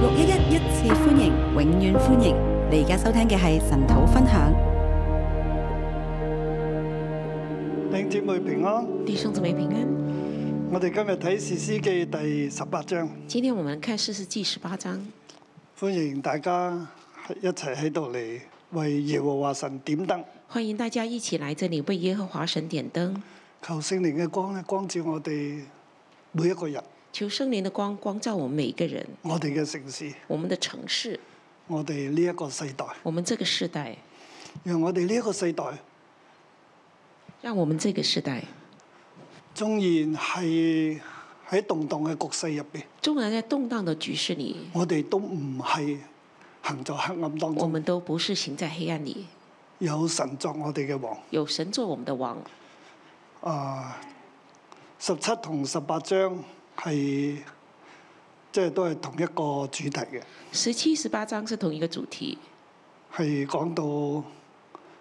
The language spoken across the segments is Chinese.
六一一一次歡迎，永遠歡迎！你而家收聽嘅係神土分享。弟兄姊妹平安，弟兄姊妹平安。我哋今日睇《士師記》第十八章，今天我们看《四世纪》十八章，歡迎大家一齊喺度嚟為耶和華神點燈，欢迎大家一起来这里为耶和華神点燈，求聖靈嘅光咧光照我哋每一個人，求聖靈的光光照我们每一個人，我哋嘅城市，我們的城市，我哋呢一個世代，我們這個世代，讓我哋呢一個世代讓我們這個世代，縱然係喺動盪嘅局勢入邊，縱然在動盪的局勢里，我哋都唔係行在黑暗當我中，們都不是行在黑暗里，有神作我哋嘅王。有神做我們的王。啊，十七同十八章係即係都係同一個主題嘅，十七、十八章是同一個主題，係講到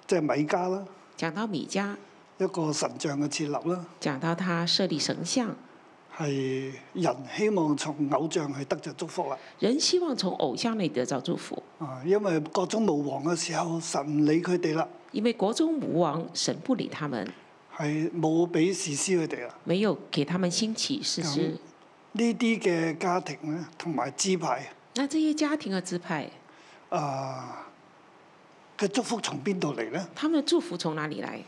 即係米迦啦，講到米迦，一個神像嘅設立啦，講到他設立神像，係人希望從偶像去得着祝福啦。人希望從偶像裏得到祝福，啊，因為國中無王嘅時候，神唔理佢哋啦，因為國中無王，神不理他們。係冇俾士師佢哋啦。没有給他們興起事咁實。呢啲嘅家庭咧，同埋支派那這些家庭和支派，啊嘅祝福從邊度嚟咧？他們的祝福從哪裡來？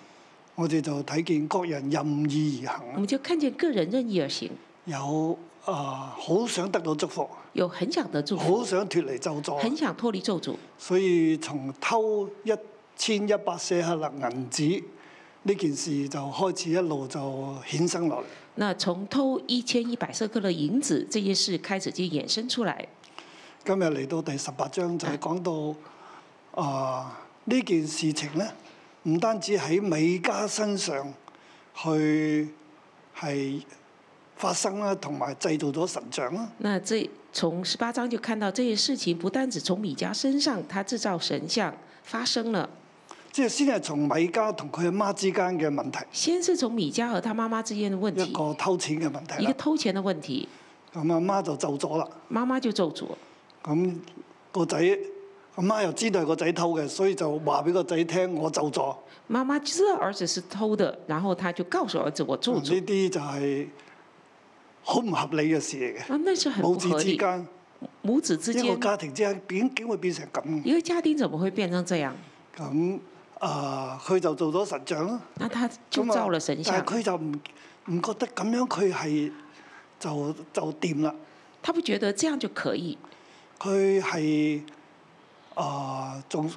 我哋就睇見各人任意而行我啦們就看見個人任意而行，有啊好、想得到祝福，有很想得祝好福，想脱離咒詛很，想脫離咒詛，所以從偷一千一百舍客勒銀子呢件事就開始一路就衍生落嚟。那從偷一千一百舍克勒銀子這件事開始就衍生出來。今日嚟到第十八章就係講到啊呢、件事情咧，唔單止喺美加身上去係發生啦，同埋製造咗神像啦。那這從十八章就看到這些事情，不單只從米迦身上，他制造神像發生了，即係先係從米家同佢阿媽之間嘅問題，先是從米迦和他媽媽之間的問一題，個偷錢嘅問題一個啦。偷錢的問題，咁阿媽就咒咗啦，媽媽就咒詛，咁個仔阿媽又知道係個仔偷嘅，所以就話俾個仔聽我咒咗。媽媽知道兒子是偷的，然後他就告訴兒子我嗯咒呢詛。啲就係好唔合理嘅事嚟嘅。啊，那是很母不子合之理。間，母子之一個間，家庭之間，點竟會變成咁？一個家庭怎麼會變成這樣？咁啊，佢、就做咗神像啦。那他就咁啊造了神像但，係佢就唔唔覺得咁樣佢係就就掂啦。他不覺得這樣就可以，佢係啊，仲、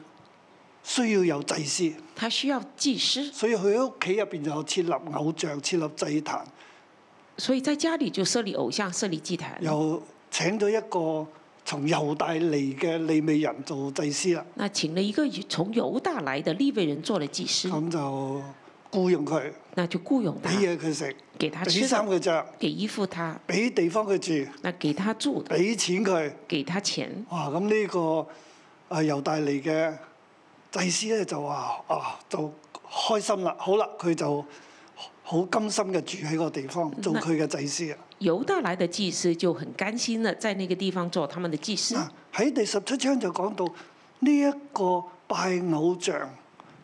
需要有祭司，他需要祭司，所以佢喺屋企入邊就有設立偶像、設立祭壇，所以在家裡就設立偶像、設立祭壇。又請咗一個從猶大嚟嘅利未人做祭司啦。那請了一個從猶大來的利未人做了祭司，咁就僱用佢，那就僱傭俾他，嘢佢食，給他俾吃衫的，佢着，給衣服他，俾地方佢住，那給他住的，俾錢佢。給他錢。哇！咁呢個啊猶大嚟嘅祭司咧就話啊就開心啦，好啦，佢就好甘心嘅住喺個地方做佢嘅祭司啊！猶大來的祭司就很甘心的在那個地方做他們的祭司。嗱啊喺第十七章就講到呢一個拜偶像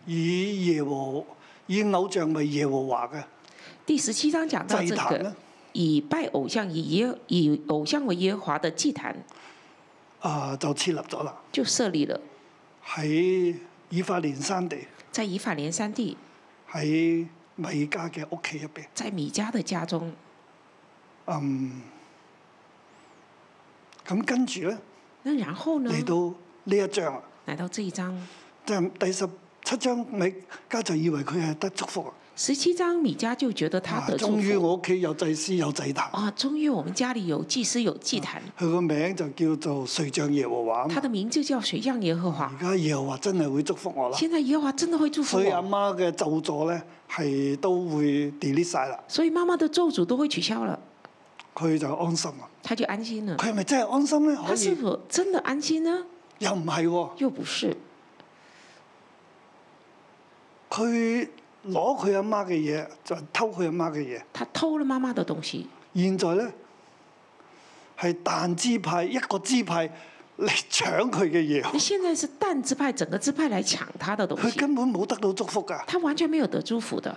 以耶和以偶像為耶和華嘅第十七章講到祭這壇咧個以拜偶像以耶以偶像為耶和華的祭壇啊就設立咗啦，就設立了。喺以法蓮山地在以法蓮山地，喺米迦嘅屋企入邊。在米迦的家中，嗯，咁跟住咧那然後呢？嚟到呢一章啦，來到這一章，即係第十七章，米家就以為佢係得祝福啊！十七章，米迦就覺得他啊得祝終於福我屋企有祭司有祭壇，啊！終於我們家裡有祭司有祭壇，佢個名就叫做睡像耶和啊華啊嘛他的名字叫水像耶和而華。家耶和華真係會祝福我啦，現在耶和華真的會祝福所以啊阿我，媽嘅咒詛咧係都會 delete 晒啦，所以媽媽的咒詛都會取消了，佢就安心啦。他就安心了。佢係咪真係安心咧？可他是以否真的安心呢？又唔係喎，又不是，佢攞佢阿媽嘅嘢就偷佢阿媽嘅嘢。他偷了媽媽的東西。現在咧係但支派一個支派嚟搶佢嘅嘢，那现在是但支派整个支派来抢他的东佢西，根本冇得到祝福㗎。他完全没有得祝福的。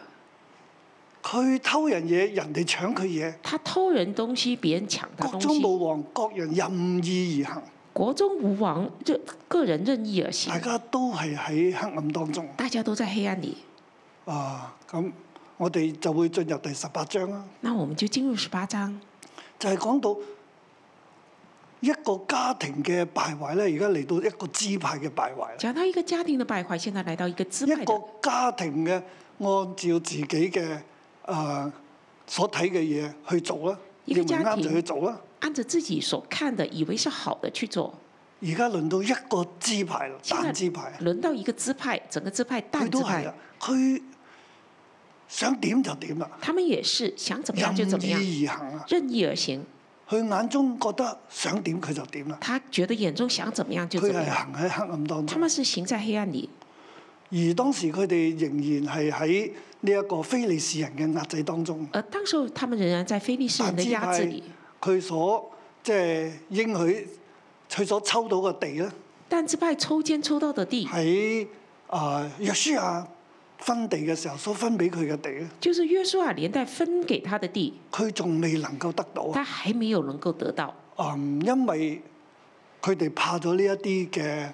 佢偷人嘢，人哋搶佢嘢，他偷人东西，别人抢他國东中西。無王，各人任意而行，国中无王，就个人任意而行大，家都係喺黑暗當中。大家都在黑暗里。啊，咁我哋就會進入第十八章啦，那我们就进入十八章，就係、講到一個家庭嘅敗壞咧，而家嚟到一個支派嘅敗壞啦。讲到一个家庭的败坏，现在来到一个支派一個的，家庭嘅按照自己嘅誒所睇嘅嘢去做啦，一個認為家啱就庭去做啦。按着自己所看的，以为是好的去做。而家輪到一個支派啦，現在單支派，轮到一个支派，整个支派佢但支都係派啦，，佢想點就點啦，他们也是想怎么样就怎任么样，意而行啊！任意而行。佢眼中覺得想點佢就點啦，他觉得眼中想怎么样就佢怎么係样。行喺黑暗當啊他中。们是行在黑暗里，而當時佢哋仍然係喺呢一個非利士人嘅壓制當中，而当时候他们仍然在非利士人但的支压制派里。佢所即係應許佢所抽到嘅地咧。但支派抽签抽到的地，喺啊約書亞分地嘅時候所分俾佢嘅地咧，就是约书亚连带分给他的地，佢仲未能夠得到啊！他还没有能够得到，嗯，因為佢哋怕咗呢一啲嘅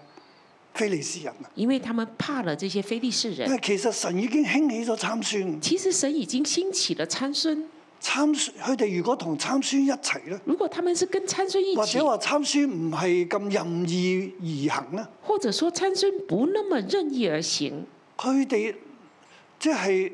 非利士人啊，因为他们怕了这些非利士因人。為其實神已經興起咗參孫，其实神已经兴起了参孙，參孫佢哋如果同參孫一齊咧，如果他们是跟参孙一或起者，話參孫唔係咁任意而行啊咧，或者说参孙不那么任意而行，佢哋即係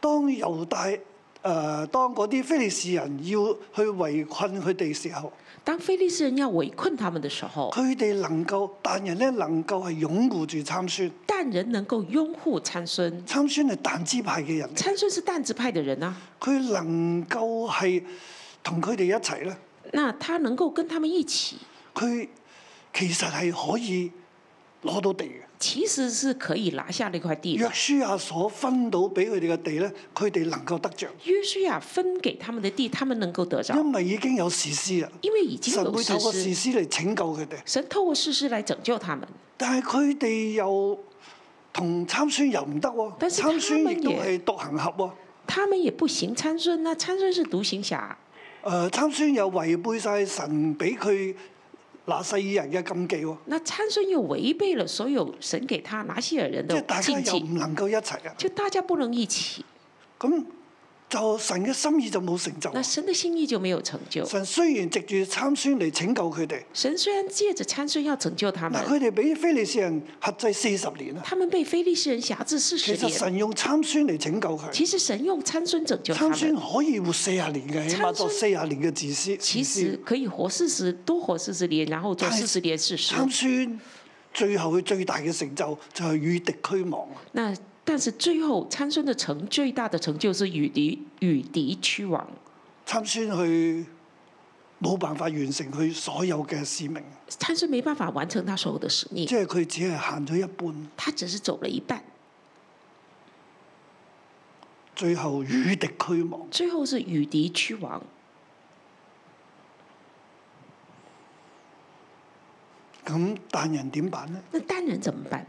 當猶大誒、呃、當嗰啲非利士人要去圍困佢哋時候。当非利士人要围困他们的时候，佢哋能夠，但人咧能夠係擁護住參孫，但人能够拥护参孙，參孫係但支派嘅人嚟，参孙是但支派的人啊，佢能夠係同佢哋一齊咧，那他能够跟他们一起，佢其實係可以攞到地嘅。其实是可以拿下那块地約的。書亞所分到俾佢哋嘅地咧，佢哋能夠得着，约书亚分给他们的地，他们能够得着，因為已經有士師啦，因为已经神有會透事過士实，師嚟拯救佢哋，神透過事实来拯救他们，但係佢哋又同參孫又唔得喎，但是參孫亦都他們係獨行俠喎。他们也不行参孙那参孙是独行侠，誒、呃參孫又違背晒神俾佢拿細耳人嘅禁忌喎，那参孙又违背了所有神给他拿西尔人即的係大家禁又忌，唔能夠一齊啊，就大家不能一起，咁就神嘅心意就冇成就。那神的心意就没有成就。神雖然藉住參孫嚟拯救佢哋，神虽然借着参孙要拯救他们嗱，佢哋俾非利士人克制四十年啊，他们被非利士人辖制四十其實年，神用參孫嚟拯救佢，其實神用参孙拯救他參孫们，可以活四十年嘅，起碼做參孫四十年嘅自私。其實自私可以活四十，多活四十年，然后做但是四十年事实。參孫最後佢最大嘅成就就係與敵俱亡啊，那但是最后参孙的成最大的成就是与敌与敌驱亡，參孫佢冇辦法完成佢所有嘅使命。参孙没办法完成他所有的使命即，係佢只係行咗一半，他只是走了一半，最後與敵俱亡。最后是与敌驱亡。咁但人點辦呢？那单人怎么办？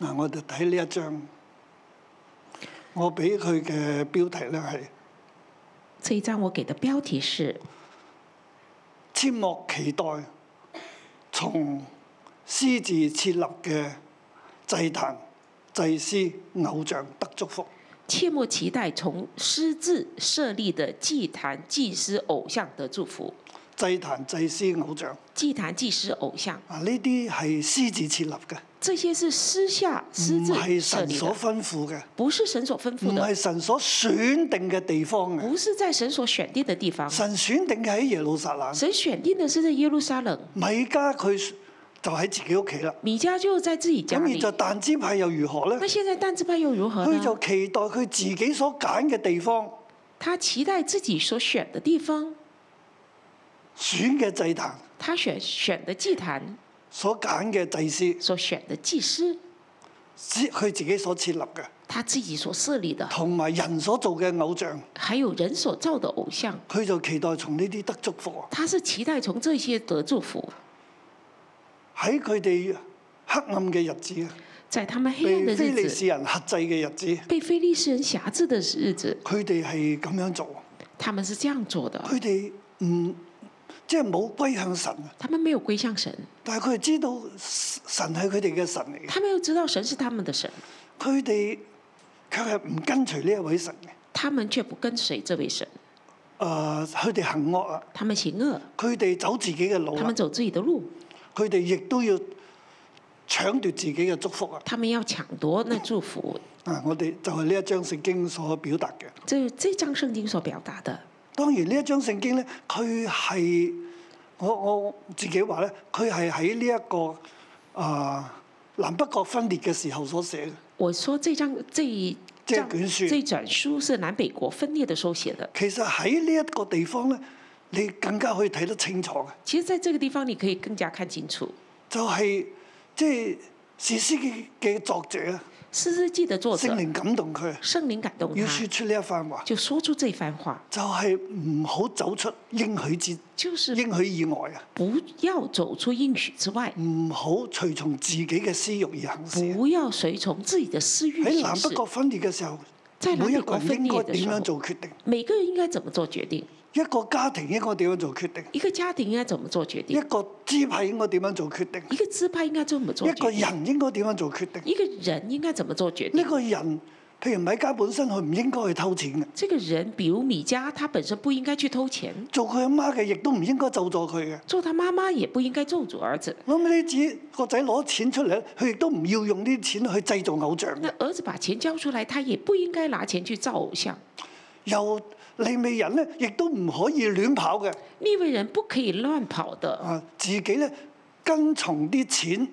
嗱，我哋睇呢一章，我俾佢嘅標題咧係这一章我给的标题是切莫期待從私自設立嘅祭壇、祭司、偶像得祝福。 “切莫期待从私自设立的祭坛、祭司、偶像的祝福。祭壇、祭司、偶像祭坛、祭司、偶像，啊，呢啲係私自設立嘅，这些是私下私唔自係设神立所的，吩咐嘅，不是神所吩咐唔的，係神所選定嘅地方嘅。不是在神所选定的地方。神選定嘅喺耶路撒冷。神选定的是在耶路撒冷，米加佢就喺自己屋企啦。米迦就在自己家咁而里就。但支派又如何那呢？现在但支派又如何佢呢就？期待佢自己所揀嘅地方、他期待自己所选的地方，選嘅祭壇、他选选的祭坛，所揀嘅祭司、所选的祭司，自佢自己所設立嘅，他自己所设立的，同埋人所做嘅偶像，还有人所造的偶像，佢就期待從呢啲得祝福。他是期待从这些得祝福。喺佢哋黑暗嘅日子，啊在他们黑暗的被非利日子，士人轄制嘅日子，被非利士人辖制的日子，佢哋係咁樣做，他们是这样做的。佢哋唔即係冇歸向神啊，他们没有归向神，但係佢哋知道神係佢哋嘅神嚟嘅，他们又知道神是他们的神，佢哋卻係唔跟隨呢一位神嘅。他们却不跟随这位神，誒，佢哋行惡啊，他们行恶，佢哋走自己嘅路他啊们，走自己的路，佢哋亦都要搶奪自己嘅祝福啊！他们要抢夺那祝福。啊，我哋就係呢一章聖經所表達嘅。这这章圣经所表達的，當然呢一章聖經咧，佢係我我自己話咧，佢係喺呢一個啊、南北國分裂嘅時候所寫嘅。我说这章这一这章卷书这卷书是南北国分裂的时候写的。其實喺呢一個地方咧，你更加可以睇得清楚嘅，其实，在这个地方你可以更加看清楚，就係即係史詩嘅嘅作者啊， 《四世纪》的作聖者嗯靈感動佢，啊圣灵感动要他説，出呢一番話。就说出这番话，就係唔好走出應許之就是應許以外啊，不要走出应许之外，唔好隨從自己嘅私欲而行事。啊不要随從自己的私欲喺行南北事。國分裂嘅時候，在南每一北個國人分應該裂的點時樣候，做決定？每個人應該怎麼做決定？一個家庭應該點樣做決定？一個家庭應該怎麼做決一定？個支派應該點樣做決定？一個支派應該怎麼做一個決定？人嗯應該點樣做決定？一個人應該怎麼做決呢定？個人，譬如米家本身佢唔應該去偷錢嘅，這個人，比如米迦，他本身不應該去偷錢，做佢阿媽嘅亦都唔應該咒助佢嘅。做他媽媽也不應該咒詛兒子。咁呢子個仔攞錢出嚟，佢亦都唔要用呢啲錢去製造偶像嘅那兒子把錢交出來，他也不應該拿錢去造偶像。又利未人咧，亦都唔可以亂跑嘅。利未人不可以亂跑的，啊，自己咧跟從啲錢、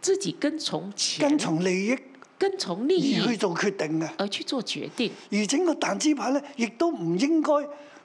自己跟從錢、跟從利益跟從利而去益做決定嘅，而去做決定，而整個彈支牌咧，亦都唔應該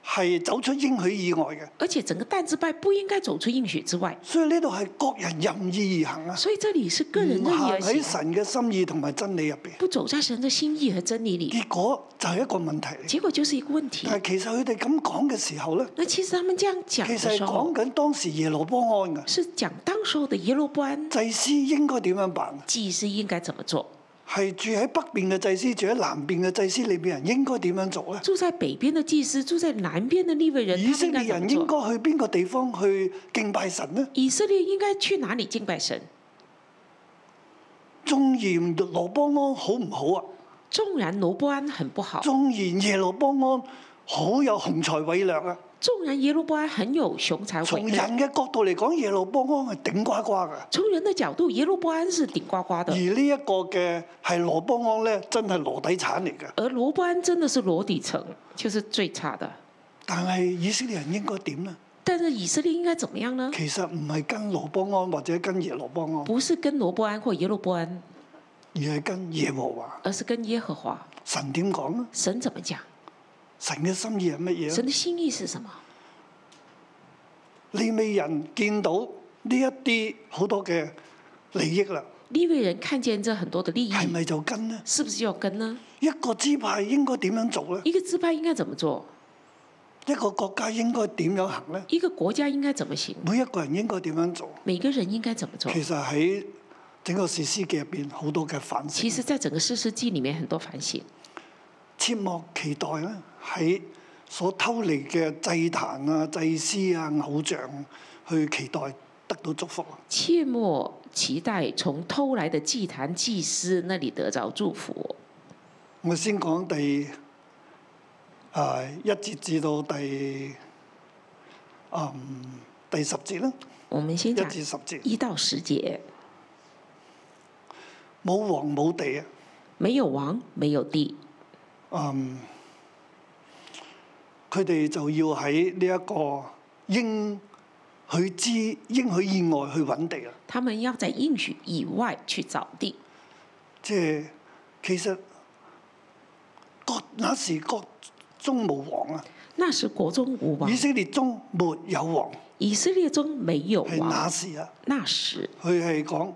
係走出應許以外嘅。而且整個但支派不應該走出應許之外。所以呢度係各人任意而行啊，所以這裡是個唔人任意行而喺行，啊神嘅心意同埋真理入邊，不走在神的心意和真理裡，結果就係一個問題嚟。結果就是一個問題。但係其實佢哋咁講嘅時候咧，那其實他們這樣講其的實係時候講，緊當時耶羅波安嘅是講當時候的耶羅波安祭司應該點樣辦？祭司應該怎麼做，係啊住喺北邊嘅祭司，住喺南邊嘅祭司裏邊人應該點樣做咧？住在北邊的祭司，住在南邊的利未人，以他色列們應該怎人麼應做？該去邊個地方去敬拜神呢？以色列應該去哪裡敬拜神？縱然羅波安好唔好啊？縱然羅波安很不好，縱然耶羅波安好有雄才偉略啊！縱然耶羅波安很有雄才偉從略，人嘅角度嚟講，耶羅波安係頂呱呱㗎。從人的角度，耶羅波安是頂呱呱而的，呢一個嘅係羅波安咧，真係羅底產嚟嘅。而羅波安真的是羅底層，就是最差的。但係以色列人應該點呢？但是以色列應該怎麼樣呢？其實唔係跟羅波安或者跟耶羅波安，不是跟羅波安或耶羅波安，而係跟耶和華。而是跟耶和華。神點講呢？神怎麼講？神嘅心意係乜嘢神呢？的心意是什麼？利未人見到呢一啲好多嘅利益啦，利未人看見這很多的利益，係咪就跟呢？是不是就要跟呢？一個支派應該點樣做呢？一個支派應該怎麼做？一個國家應該點樣行呢？一個國家應該怎麼行？每一個人應該點樣做？每個人應該怎麼做？其實喺整個史詩記入邊好多嘅反其省，實，在整個四世紀裡面，很多反省。切莫期待咧喺所偷嚟嘅祭壇啊、祭司啊、偶像去期待得到祝福。啊切莫期待從偷來的祭壇祭司那裡得着祝福。我先講第啊、一節至到第嗯第十節啦，我們先一至講十節，一到十節，冇王冇地啊。沒有王，沒有地，嗯，佢哋就要喺呢一個應許之應許以外去揾地啦。他們要在應許以外去找地。即係其實國那時國中無王啊，那時國中無王以，色列中沒有王，以色列中沒有係那王。時啊，那時佢係講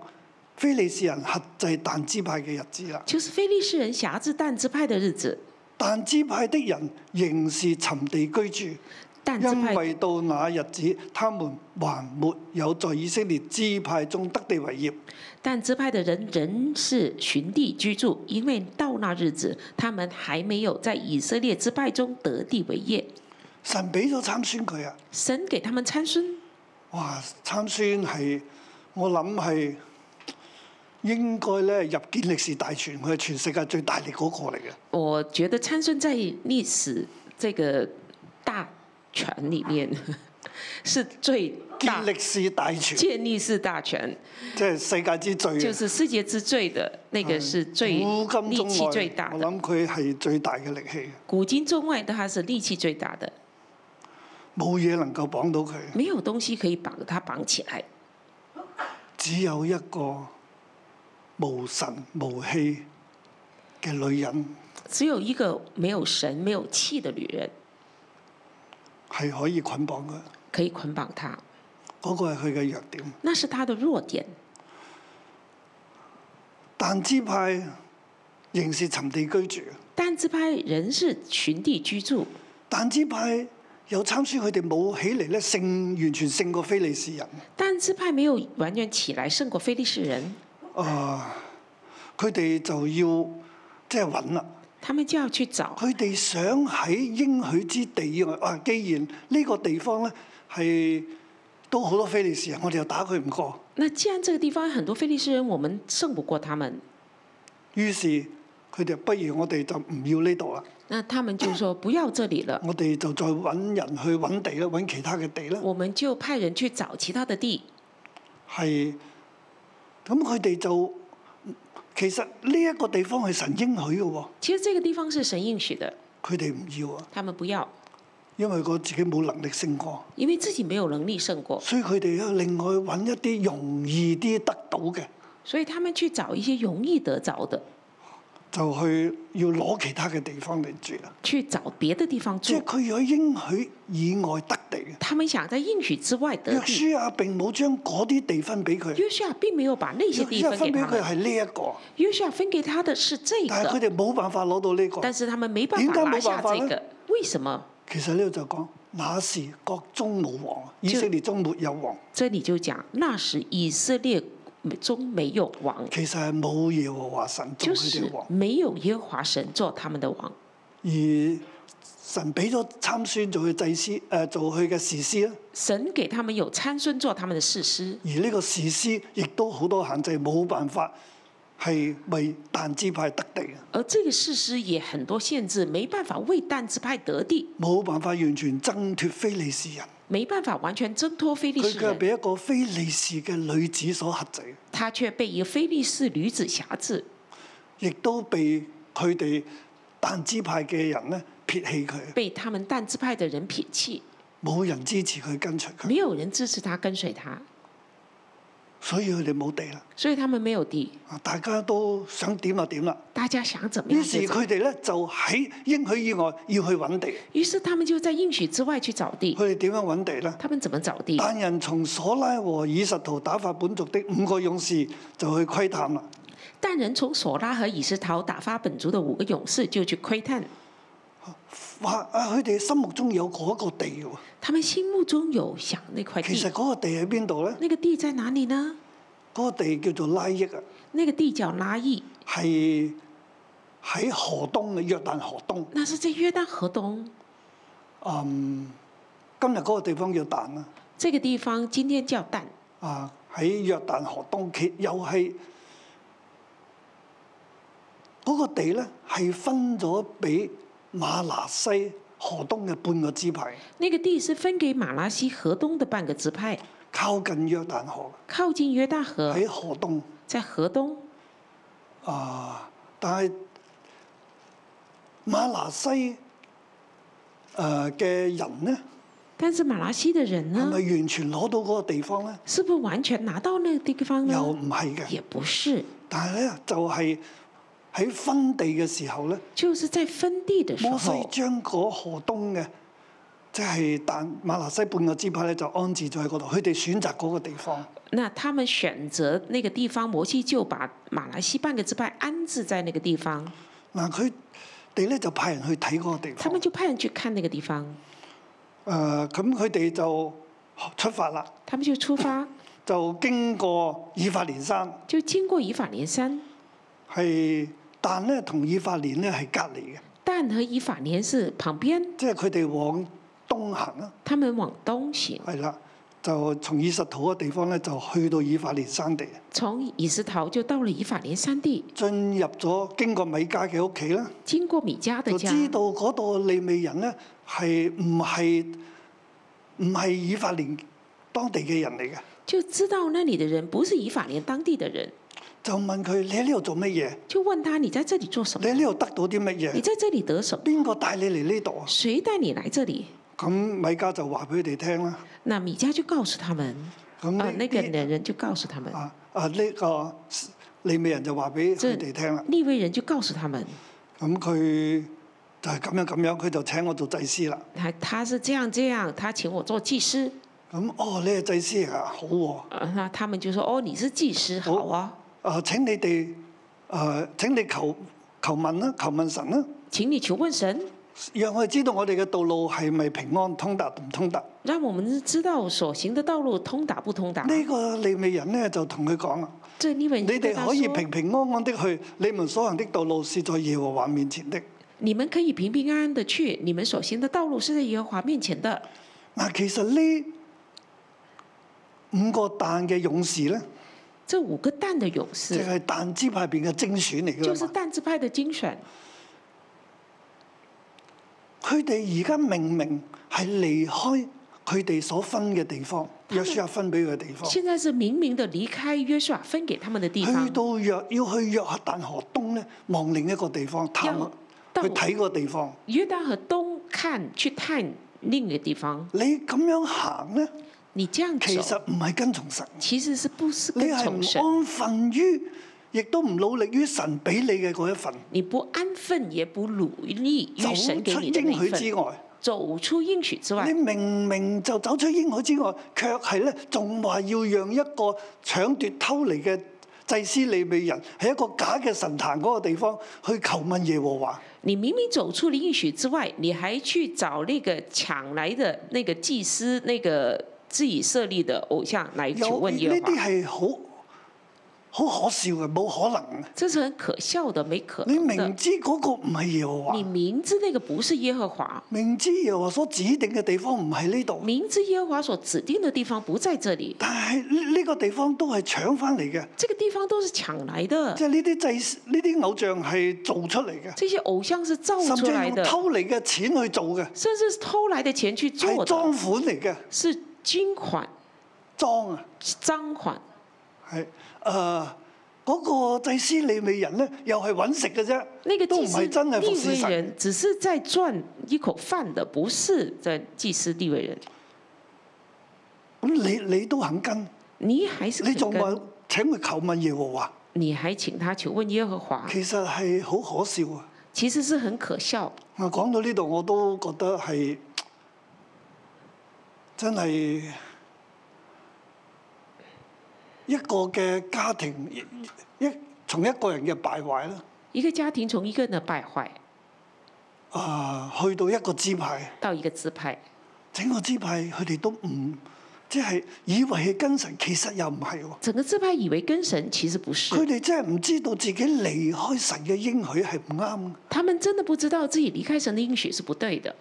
非利士人克制但支派嘅日子啦。就是非利士人辖制但支派的日子。但支派的人仍是尋地居住，但支因派為到那日子，他們還沒有在以色列支派中得地為業。但支派的人仍是寻地居住，因为到那日子，他们还没有在以色列支派中得地为业。神俾咗參孫佢啊！神给他们参孙，哇！參孫係我諗係應該咧入健力士大全，佢係全世界最大力嗰個嚟嘅。我觉得参孙在历史这个大权里面 是最大健力士大全建立式大权，即係世界之最啊。就是世界之最的那个是最嗯古今力中气外，最大我的，諗佢係最大嘅力氣，古今中外的他是力气最大的，冇嘢能夠綁到佢，没有东西可以把他绑起来，只有一個無神無氣嘅女人只有一个没有神没有气的女人係可以捆綁佢，可以捆绑他，嗰、個係佢嘅弱點。那是他的弱点。但支派仍是尋地居住，但支派人是群地居住，但支派有參孫，佢哋冇起嚟咧，勝完全勝過非利士人。但支派没有完全起来胜过非利士人，啊、佢哋就要即係揾啦。他们就要去找佢哋想喺應許之地以外，啊，既然呢個地方咧係都好多非利士人，我哋又打佢唔過，那既然这个地方很多非利士人，我们胜不过他们，於是佢哋不如我哋就唔要呢度啦，那他们就说不要这里了，我哋就再揾人去揾地啦，揾其他嘅地啦，我们就派人去找其他的地。係咁佢哋就其實呢一個地方係神應許嘅喎，其實这个地方是神应许的，佢哋唔要啊，他们不要，因為佢自己冇能力勝過，因为自己没有能力胜过，所以佢哋要另外揾一啲容易啲得到嘅，所以他们去找一些容易得着的，就去要攞其他嘅地方嚟住啦。去找别的地方即係住。佢有應許以外得地嘅。他们想在应许之外得約地。書亞並冇將嗰啲地分俾佢，约书亚并没有把那些約地書分亞分给俾他佢们，係呢一個，约书亚分给他的是这但係佢个，哋冇辦法攞到呢個。但是他们没办點解法冇拿下辦法这呢个，为什么？其實呢度就講，那時國中無王，以色列中沒有王，这里就讲，那时以色列中没有王，其實係冇耶和華神做就佢是哋王，没有耶和华神做他们的王。而神俾咗參孫做佢祭司，誒、做佢嘅士師啦。神给他们有参孙做他们的士师，而呢個士師亦都好多限制，冇辦法係為但支派得地嘅，啊而这个士师也很多限制，没办法为但支派得地，冇辦法完全掙脱非利士人。没办法完全挣脱非利佢士卻人，俾一個非利士嘅女子所克制，他却被一个非利士女子辖制，亦都被佢哋但支派嘅人咧撇棄佢，被他们但支派的人撇弃，冇人支持佢跟隨佢，没有人支持他跟随他，所以佢哋冇地啦。所以他們没有地，啊，大家都想點就點啦。大家想怎么於样是就怎么样。佢哋咧就喺應許以外要去揾地。于是他们就在应许之外去找地，佢哋點樣揾地咧？他们怎么找地？但人從所拉和以實圖打發本族的五個勇士就去窺探啦。但人从索拉和以斯陶打发本族的五个勇士就去窥探，話啊，佢哋心目中有嗰個地喎。他们心目中有想那块其實地，嗰個地喺邊度咧？那个地在哪里呢？嗰、個地叫做拉益啊。那个地叫拉意，係喺河東嘅約旦河東，那是在约旦河东嗯，今日嗰個地方叫旦啦，这个地方，今天叫但，啊喺約旦河東，其又係嗰、個地咧係分咗俾馬拿西河東嘅半個支派，那个地是分给马拉西河东的半个支派，靠近約旦河靠近约旦河，喺河東在河东。啊，但係馬拿西誒嘅人咧，但是马拉西的人係呢咪，完全攞到嗰個地方咧？是不是完全拿到那个地方呢？又唔係嘅。也不是，但係咧，就係、喺分地嘅時候咧，就是在分地的时摩西候，將嗰河東嘅，即、即係但馬拿西半個支派咧就安置咗喺嗰度，佢哋選擇嗰個地方。那他们选择那个地方，摩西就把马来西半个支派安置在那个地方，嗱，佢哋咧就派人去睇嗰個地他方们。就派人去看那个地方，誒，咁佢哋就出發啦，他们就出發，就經過以法蓮山， 就经过以法蓮山，係但咧同以法蓮咧係隔離嘅，但和以法蓮是旁邊，即係佢哋往東行啦，他们往东行，係啦，就從以實土嘅地方咧就去到以法蓮山地，啊從以斯陶就到了以法蓮山地，進入咗經過米迦嘅屋企啦。經過米迦的就家，知道嗰度利未人咧係唔係唔係以法蓮當地嘅人嚟嘅，就知道那里的人不是以法蓮當地的人，就問佢：你喺呢度做乜嘢？就問他你在這裡做什你麼？喺呢度得到啲乜你嘢？在這裡得什麼？邊個帶你嚟呢度啊？誰帶你來這裡？咁米迦就話俾佢哋聽啦。那米迦就告訴他們，咁啊，那個呢男人就告訴他們，啊啊呢個利未人就話俾佢哋聽啦。利未人就告訴他們，咁佢就係咁樣咁樣，佢就請我做祭司啦。他他是這樣這樣，他請我做祭司，咁哦，你係祭司啊，好喎、啊，那他們就說哦，你是祭司，好啊，啊請你哋啊請你求求問啦，求問神啦。請你求問神，讓我哋知道我哋嘅道路係咪平安通達唔通達？讓我們知道所行的道路通達不通達。呢、個利未人呢，就同佢講啦：這利未你人就哋跟他可以說平平安安的去，你們所行的道路是在耶和華面前的。你們可以平平安安的去，你們所行的道路是在耶和華面前的。嗱，其實呢五個但嘅勇士呢，這五個蛋的勇就士，係但支派入邊嘅精選嚟就㗎是嘛。蛋支派的精選。佢哋而家明明係離開佢哋所分嘅地方，約書亞分俾佢嘅地方，現在是明明的離開約書亞分給他們的地去方，到約要去約旦河東呢，望另一個地方探要去到睇個地方。約旦河東看去探另一個地方。你咁樣行呢，你這其樣實走，唔係跟從神，其實是不是你跟係從神？唔安分於，亦都唔努力於神俾你嘅嗰一份，你不安分，也不努力走於神給出你的應那一許之份，外。走出應許之你外。明明就走出應許之外，卻係咧仲話要讓一個搶奪偷嚟嘅祭司利未人喺一個假嘅神壇嗰個地方去求問耶和華。你明明走出了應許之外，你還去找那個搶來的那個祭司，那個自己設立的偶像來有求問呢耶和啲華，係好好可笑嘅，冇可能嘅。這是很可笑的，沒可你能的明。知嗰個唔係耶和華你，明知那個不是耶和華，明知耶和華所指定嘅地方唔喺呢度。明知耶和華所指定的地方不在這裡，但係呢呢個地方都係搶翻嚟嘅，這個地方都是搶來的即，係呢啲祭司呢啲偶像係做出嚟嘅，這些偶像是造甚出至來用的，偷嚟嘅錢去做嘅，甚至是偷來的錢去係做裝的，款嚟嘅，是金款、裝啊，贓款。係誒嗰個祭司利未人咧，又係揾食嘅啫，那個都唔祭司係真係服利侍未神。人只是在賺一口飯的，不是在祭司利未人。咁你你都肯跟，你還是你肯仲話跟，請佢求問耶和華，你還請他求問耶和華，其實係好可笑啊！其實是很可笑。啊，講到呢度我都覺得係真係一個嘅家庭一一從一個人嘅敗壞啦，一個家庭從一個人的敗壞啊，去到一個支派，到一個支派，整個支派佢哋都唔即係以為係跟神，其實又唔係喎。整個支派以為跟神，其實佢不是。哋真係唔知道自己離開神嘅應許係唔啱嘅。他們真的不知道自己離開神的應許是不對的，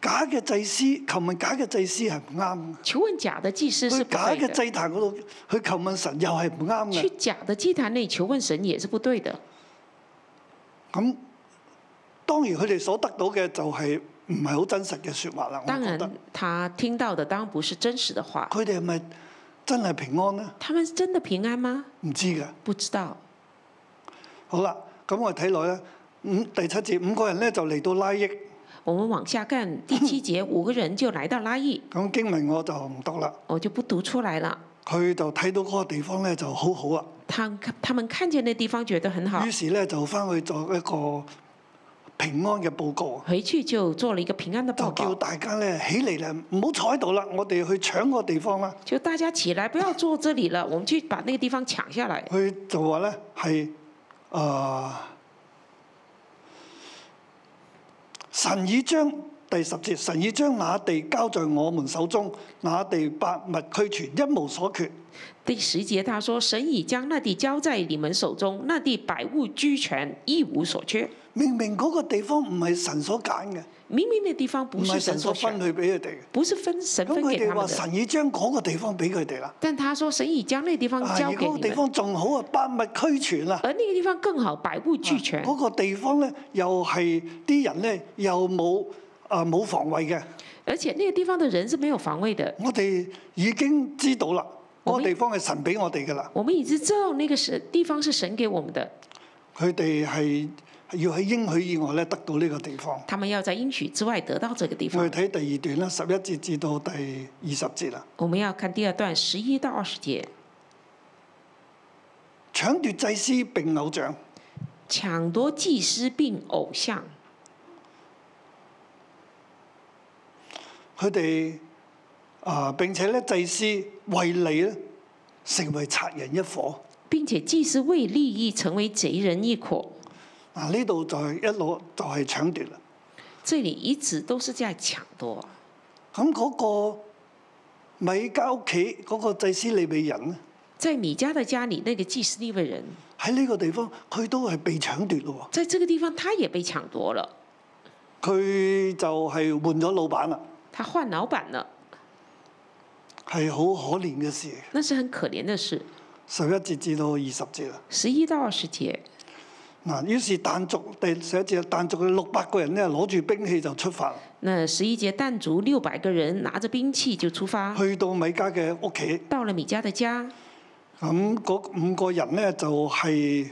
假嘅祭司求問假嘅祭司係唔啱求問假的祭司嘅，是去不假對嘅的，祭啊壇嗰度去求問神又係唔啱嘅去。假的祭壇內求問神也是不對的。咁當然佢哋所得到嘅就係唔係好真實嘅説話啦。我當覺然得，他聽到的當然不是真實的話。佢哋係咪真係平安呢？他們真的平安嗎？唔知㗎。不知道。好啦，咁我哋睇落咧，五第七節五個人咧就嚟到拉益，我們往下看第 七節，五個人就來到拉邑，咁經文我就唔讀啦。我就不讀出來了。佢就睇到嗰個地方咧就好好啊，他他們看見那地方覺得很好於，是咧就翻去作一個平安嘅報告，回去就做了一个平安的报就叫告，大家咧起嚟啦，唔好坐喺度啦，我哋去搶個地方啦。就大家起来，不要坐这里了，我们去把那个地方抢下来。佢就話咧係啊，神已將第十節，神已將那地交在我們手中，那地百物俱全，一無所缺。第十节他说：“神已将那地交在你们手中，那地百物俱全，一无所缺。明明嗰個地方唔係神所揀嘅，”明明那地方唔不係是神神所所分选，去俾佢哋嘅。不是分神咁分佢给哋他話们的，神已將嗰個地方俾佢哋啦。但他说神已将那地方啊，交而给嗰個你地们，方仲好啊，百物俱全啊！而那个地方更好，百物俱全嗰、。個地方咧，又係啲人咧，又冇啊冇防衞嘅。而且那个地方的人是没有防卫的。我哋已經知道啦，嗰、我個明地方係神俾我哋噶啦。我们已经知道那个是地方是神给我们的，佢哋係要喺應許以外咧得到呢個地方。他们要在应许之外得到这个地我哋方。睇第二段啦，十一節至到第二十節啦。我们要看第二段十一到二十节，搶奪祭司並偶像，抢夺祭司并偶像，佢哋啊並且咧祭司為利咧成為賊人一伙。并且祭司为利益成为贼人一伙。嗱啊呢度就係一路就係搶奪啦。这里一直都是在抢夺。咁嗰個米家屋企嗰個祭司利未人咧，在米迦的家里，那个祭司利未人，喺呢個地方佢都係被搶奪咯在这个地方他也被抢夺了，喎。佢就係換咗老闆啦，他换老板了，係好可憐嘅事。那是很可憐的事。十一節至到二十節啦。十一到二十节，嗱，於是但族第十一節，但族嘅六百個人咧攞住兵器就出發啦，那十一节但族六百个人拿着兵器就出发，去到米家嘅屋企。到了米迦的家，咁嗰五個人咧就係、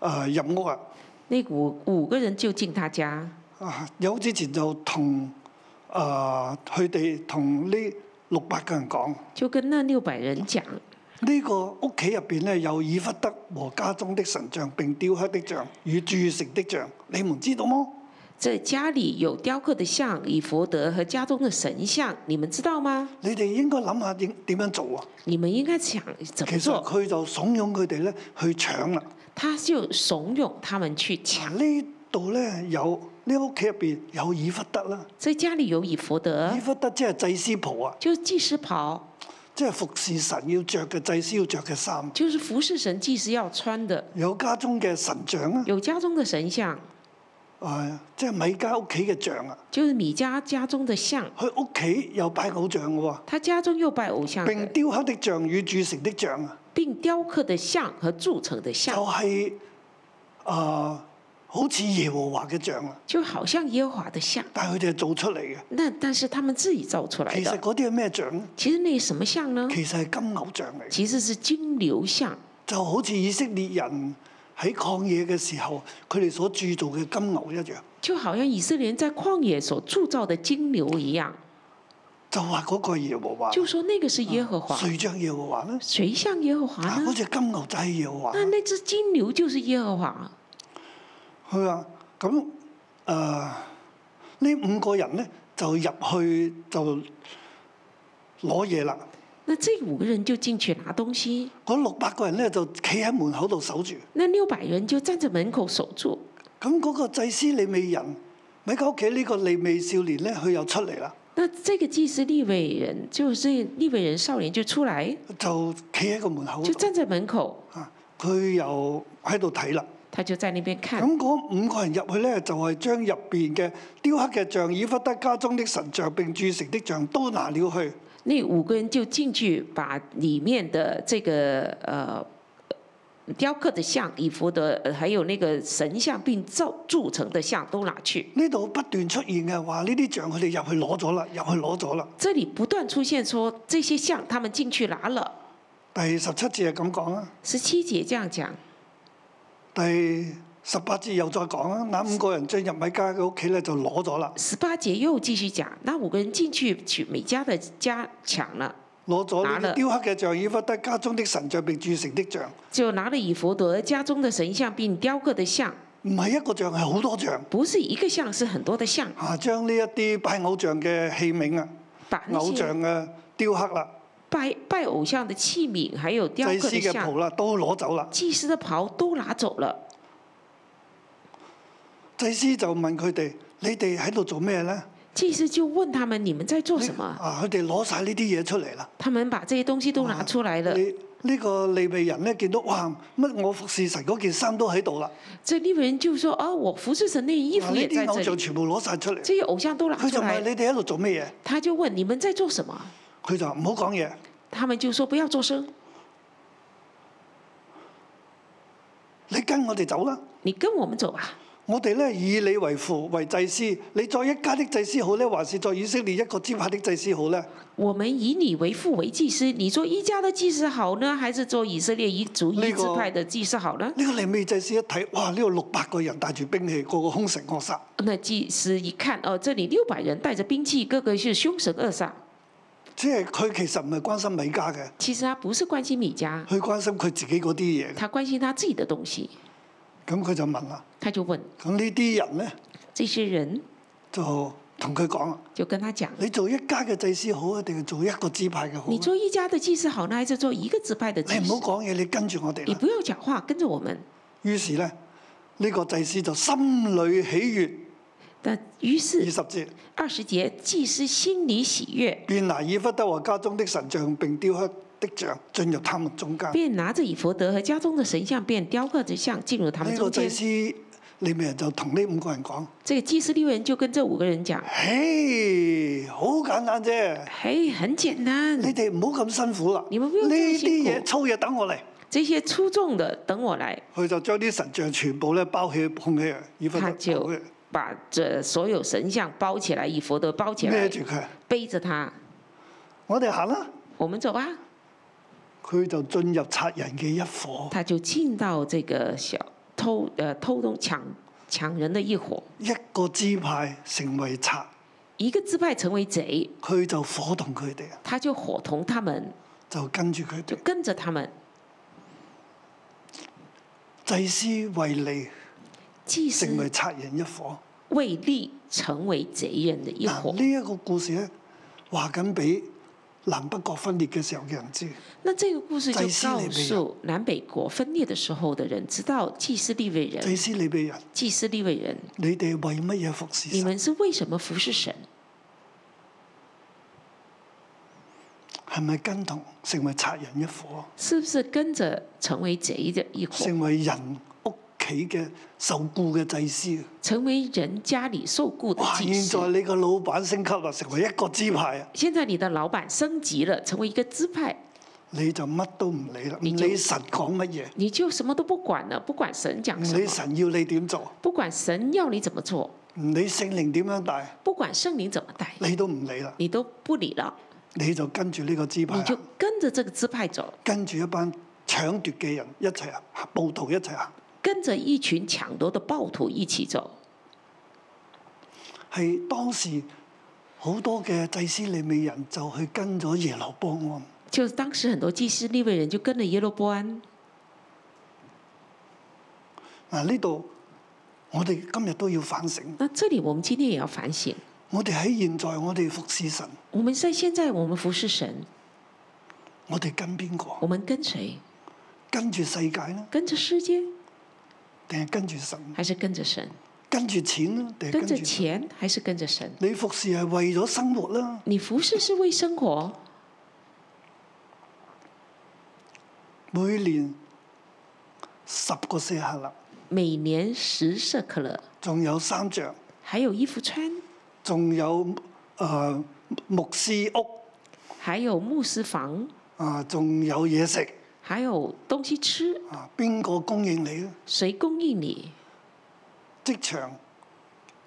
呃入屋啊。那五五个人就进他家，啊，有之前就同啊佢哋同呢六百個人講，就跟那六百人讲，呢、個屋企入邊咧有以弗德和家中的神像，並雕刻的像與鑄成的像，你們知道麼？这家里有雕刻的像以佛德和家中的神像，你们知道吗？你哋應該諗下點點樣做啊？你们应该想怎其么實做。佢就慫恿佢哋咧去搶啦。他就怂恿他们去嗱，抢。呢度咧有呢屋企入邊有以弗德啦，这家里有以佛德以，弗德即係祭司袍啊，就是祭司袍，即係服侍神要着嘅祭司要着嘅衫。就是服侍神祭司要穿的。有家中嘅神像啊，有家中的神像，啊，即係米家屋企嘅像啊。就是米家家中的像，佢屋企有擺偶像嘅他家中又拜偶像喎，的並雕刻的像與鑄成的像啊，并雕刻的像和铸成的就像，係、啊、好似耶和華嘅像啊，就好像耶和华的像。但係佢哋係做出嚟嘅。那但是他们自己造出来其實的。嗰啲係咩像呢？其实那什么像呢？其實係金牛像嚟，嘅，其实是金牛像，就好似以色列人喺曠野嘅時候，佢哋所鑄造嘅金牛一樣。就好像以色列人在旷野所铸造的金牛一样，就話嗰個係耶和華，就说那个是耶和华。誰像耶和華呢？谁像耶和华啊，呢嗰？只金牛就係耶和華。那那只金牛就是耶和华。佢話：啊咁誒呢五個人咧就入去就攞嘢啦。那这五个人就进去拿东西，嗰六百個人咧就企喺門口度守住。那六百人就站在門口守住。咁嗰個祭司利未人，米家屋企呢個利未少年咧，佢又出嚟啦，那这个祭司利未人，就是利未人少年就出来，就企喺個門口就度。站在门口，啊，佢又喺度睇啦。他就在那边看。咁嗰五個人入去咧，就係、將入邊嘅雕刻嘅像、以弗德家中的神像並鑄成的像都拿了去。那五个人就进去，把里面的这个呃雕刻的像、以弗的，呃还有那个神像并造铸成的像都拿去。呢度不斷出現嘅話，呢啲像佢哋入去攞咗啦，入去攞咗啦。这里不断出现说这些像他们进去拿了。第十七節係咁講啊啦，十七节这样讲，第十八節又再講啦。那五個人進入米家嘅屋企咧，就攞咗啦，十八节又继续讲，那五个人进去去美家的家抢了，攞咗呢拿個了雕刻嘅像，以弗得家中的神像並鑄成的像，就拿了以弗德家中的神像并雕刻的像，唔係一個像，係好多像不是一个像，是很多的像，啊！將呢一啲拜偶像嘅器皿啊、把那偶些像嘅雕刻啦、拜拜偶像的器皿，还有雕祭刻司的嘅袍像、啦，都攞走啦。祭司的袍都拿走了。祭司就問佢哋：你哋喺度做咩呢？祭司就问他们：你们在做什么？啊！佢哋攞晒呢啲嘢出嚟啦。他们把这些东西都拿出来了。你呢個利未人咧，見到哇乜我服侍神嗰件衫都喺度啦，这利未人就说：啊，我服侍神那衣哇服呢也在啲偶这像里，全部攞晒出嚟。这些偶像都拿佢出就問来你了。哋喺度做咩嘢？他就问：你们在做什么？佢就話唔好講嘢。他们就说：不要作声，你跟我哋走啦。你跟我们走吧。我哋咧以你為父為祭司，你作一家的祭司好咧，還是作以色列一個支派的祭司好咧？我们以你为父为祭司，你做一家的祭司好呢，还是做以色列一族那一个支派的祭司好呢？呢個利未祭司一睇，哇！呢度六百個人帶住兵器，個個兇神惡煞，那祭司一看，哦，这里六百人带着兵器，个个是凶神恶煞。即係佢其實唔係關心米家嘅，其实他不是关心米迦，佢關心佢自己嗰啲嘢嘅。他关心他自己的东西。咁佢就問啦：他就問咁呢啲人咧这些人，就同佢講啦，就跟他講：你做一家嘅祭司好啊，定係做一個支派嘅好你呢？做一家的祭司好呢，还是做一个支派的你祭唔司？好講嘢，你跟住我哋你啦。不要講話，跟着我們。於是咧，呢、個祭司就心裏喜悅，但於二是十節。二十節，祭司心里喜悦，便拿以弗德和家中的神像並雕刻的像進入他們中間。呢、便拿着以弗德和家中的神像，便雕刻着像，进入他们個中祭間。司利未人就同呢五個人講：，这个祭司利未人就跟這五個人講：哎嘿，好簡單啫，嘿，很簡單，你哋唔好咁辛苦啦。你呢們不用這麼啲辛嘢苦，粗嘢等我嚟。這些粗重的等我來。佢就將啲神像全部咧包起控起以弗德他包就起把這所有神像包起來，以弗德包起孭來，住佢。背着他，我哋行啦，我們走吧。佢就進入賊人嘅一伙，他就进到這個小偷呃偷東搶搶人的一伙，一個支派成為賊，一個支派成為賊，佢就伙同佢哋，他就伙同他們，就跟住佢就哋。跟着他們。祭司為利祭司成為賊人一伙。為利成為賊人的一嗱，伙呢。一個故事咧，話緊俾南北國分裂嘅時候嘅人知，那這個故事就祭司告利未訴南北國分裂的時候的人，知道祭司利未祭人、司利未人，祭司利未人，你哋為乜嘢服侍你神？們是為什麼服侍神？係咪跟同成為賊人一伙，是不是跟着成為賊的一伙，成為人屋企嘅受雇嘅祭司？成為人家裡受雇的哇！祭現司？在你個老闆升級啦，成為一個支派啊，现在你的老板升级了，成為一個支派，你就乜都唔理啦，唔你就理神講乜嘢，你就什麼都不管了，不管神唔講什理麼，神要你點做，不管神要你怎麼做，唔理聖靈點樣帶，不管聖靈怎麼帶，你都唔理啦，你都不理了，你就跟住呢個支派你就行，跟着這個支派走，跟住一班搶奪嘅人一齊行，暴徒一齊行。跟着一群搶奪的暴徒一起走。係當時好多嘅祭司利未人就去跟咗耶羅波安，就是當時很多祭司利未人就跟着耶羅波安。嗱呢度我哋今日都要反省，那這裡我們今天也要反省，我哋喺現在我哋服侍神，我們在現在我們服侍神，我哋跟邊個？我們跟誰？跟住世界呢？跟着世界定係跟住神？還是跟着神？跟住錢呢？定係跟跟着住神？錢還是跟着神？你服侍係為咗生活啦，你服侍是為生活，每年十個舍客勒，每年十舍克勒，仲有三像，還有衣服穿，仲有誒、呃牧師屋還有牧師房，啊，仲、有嘢食還有東西吃，啊，邊個供應你呢？誰供應你？職場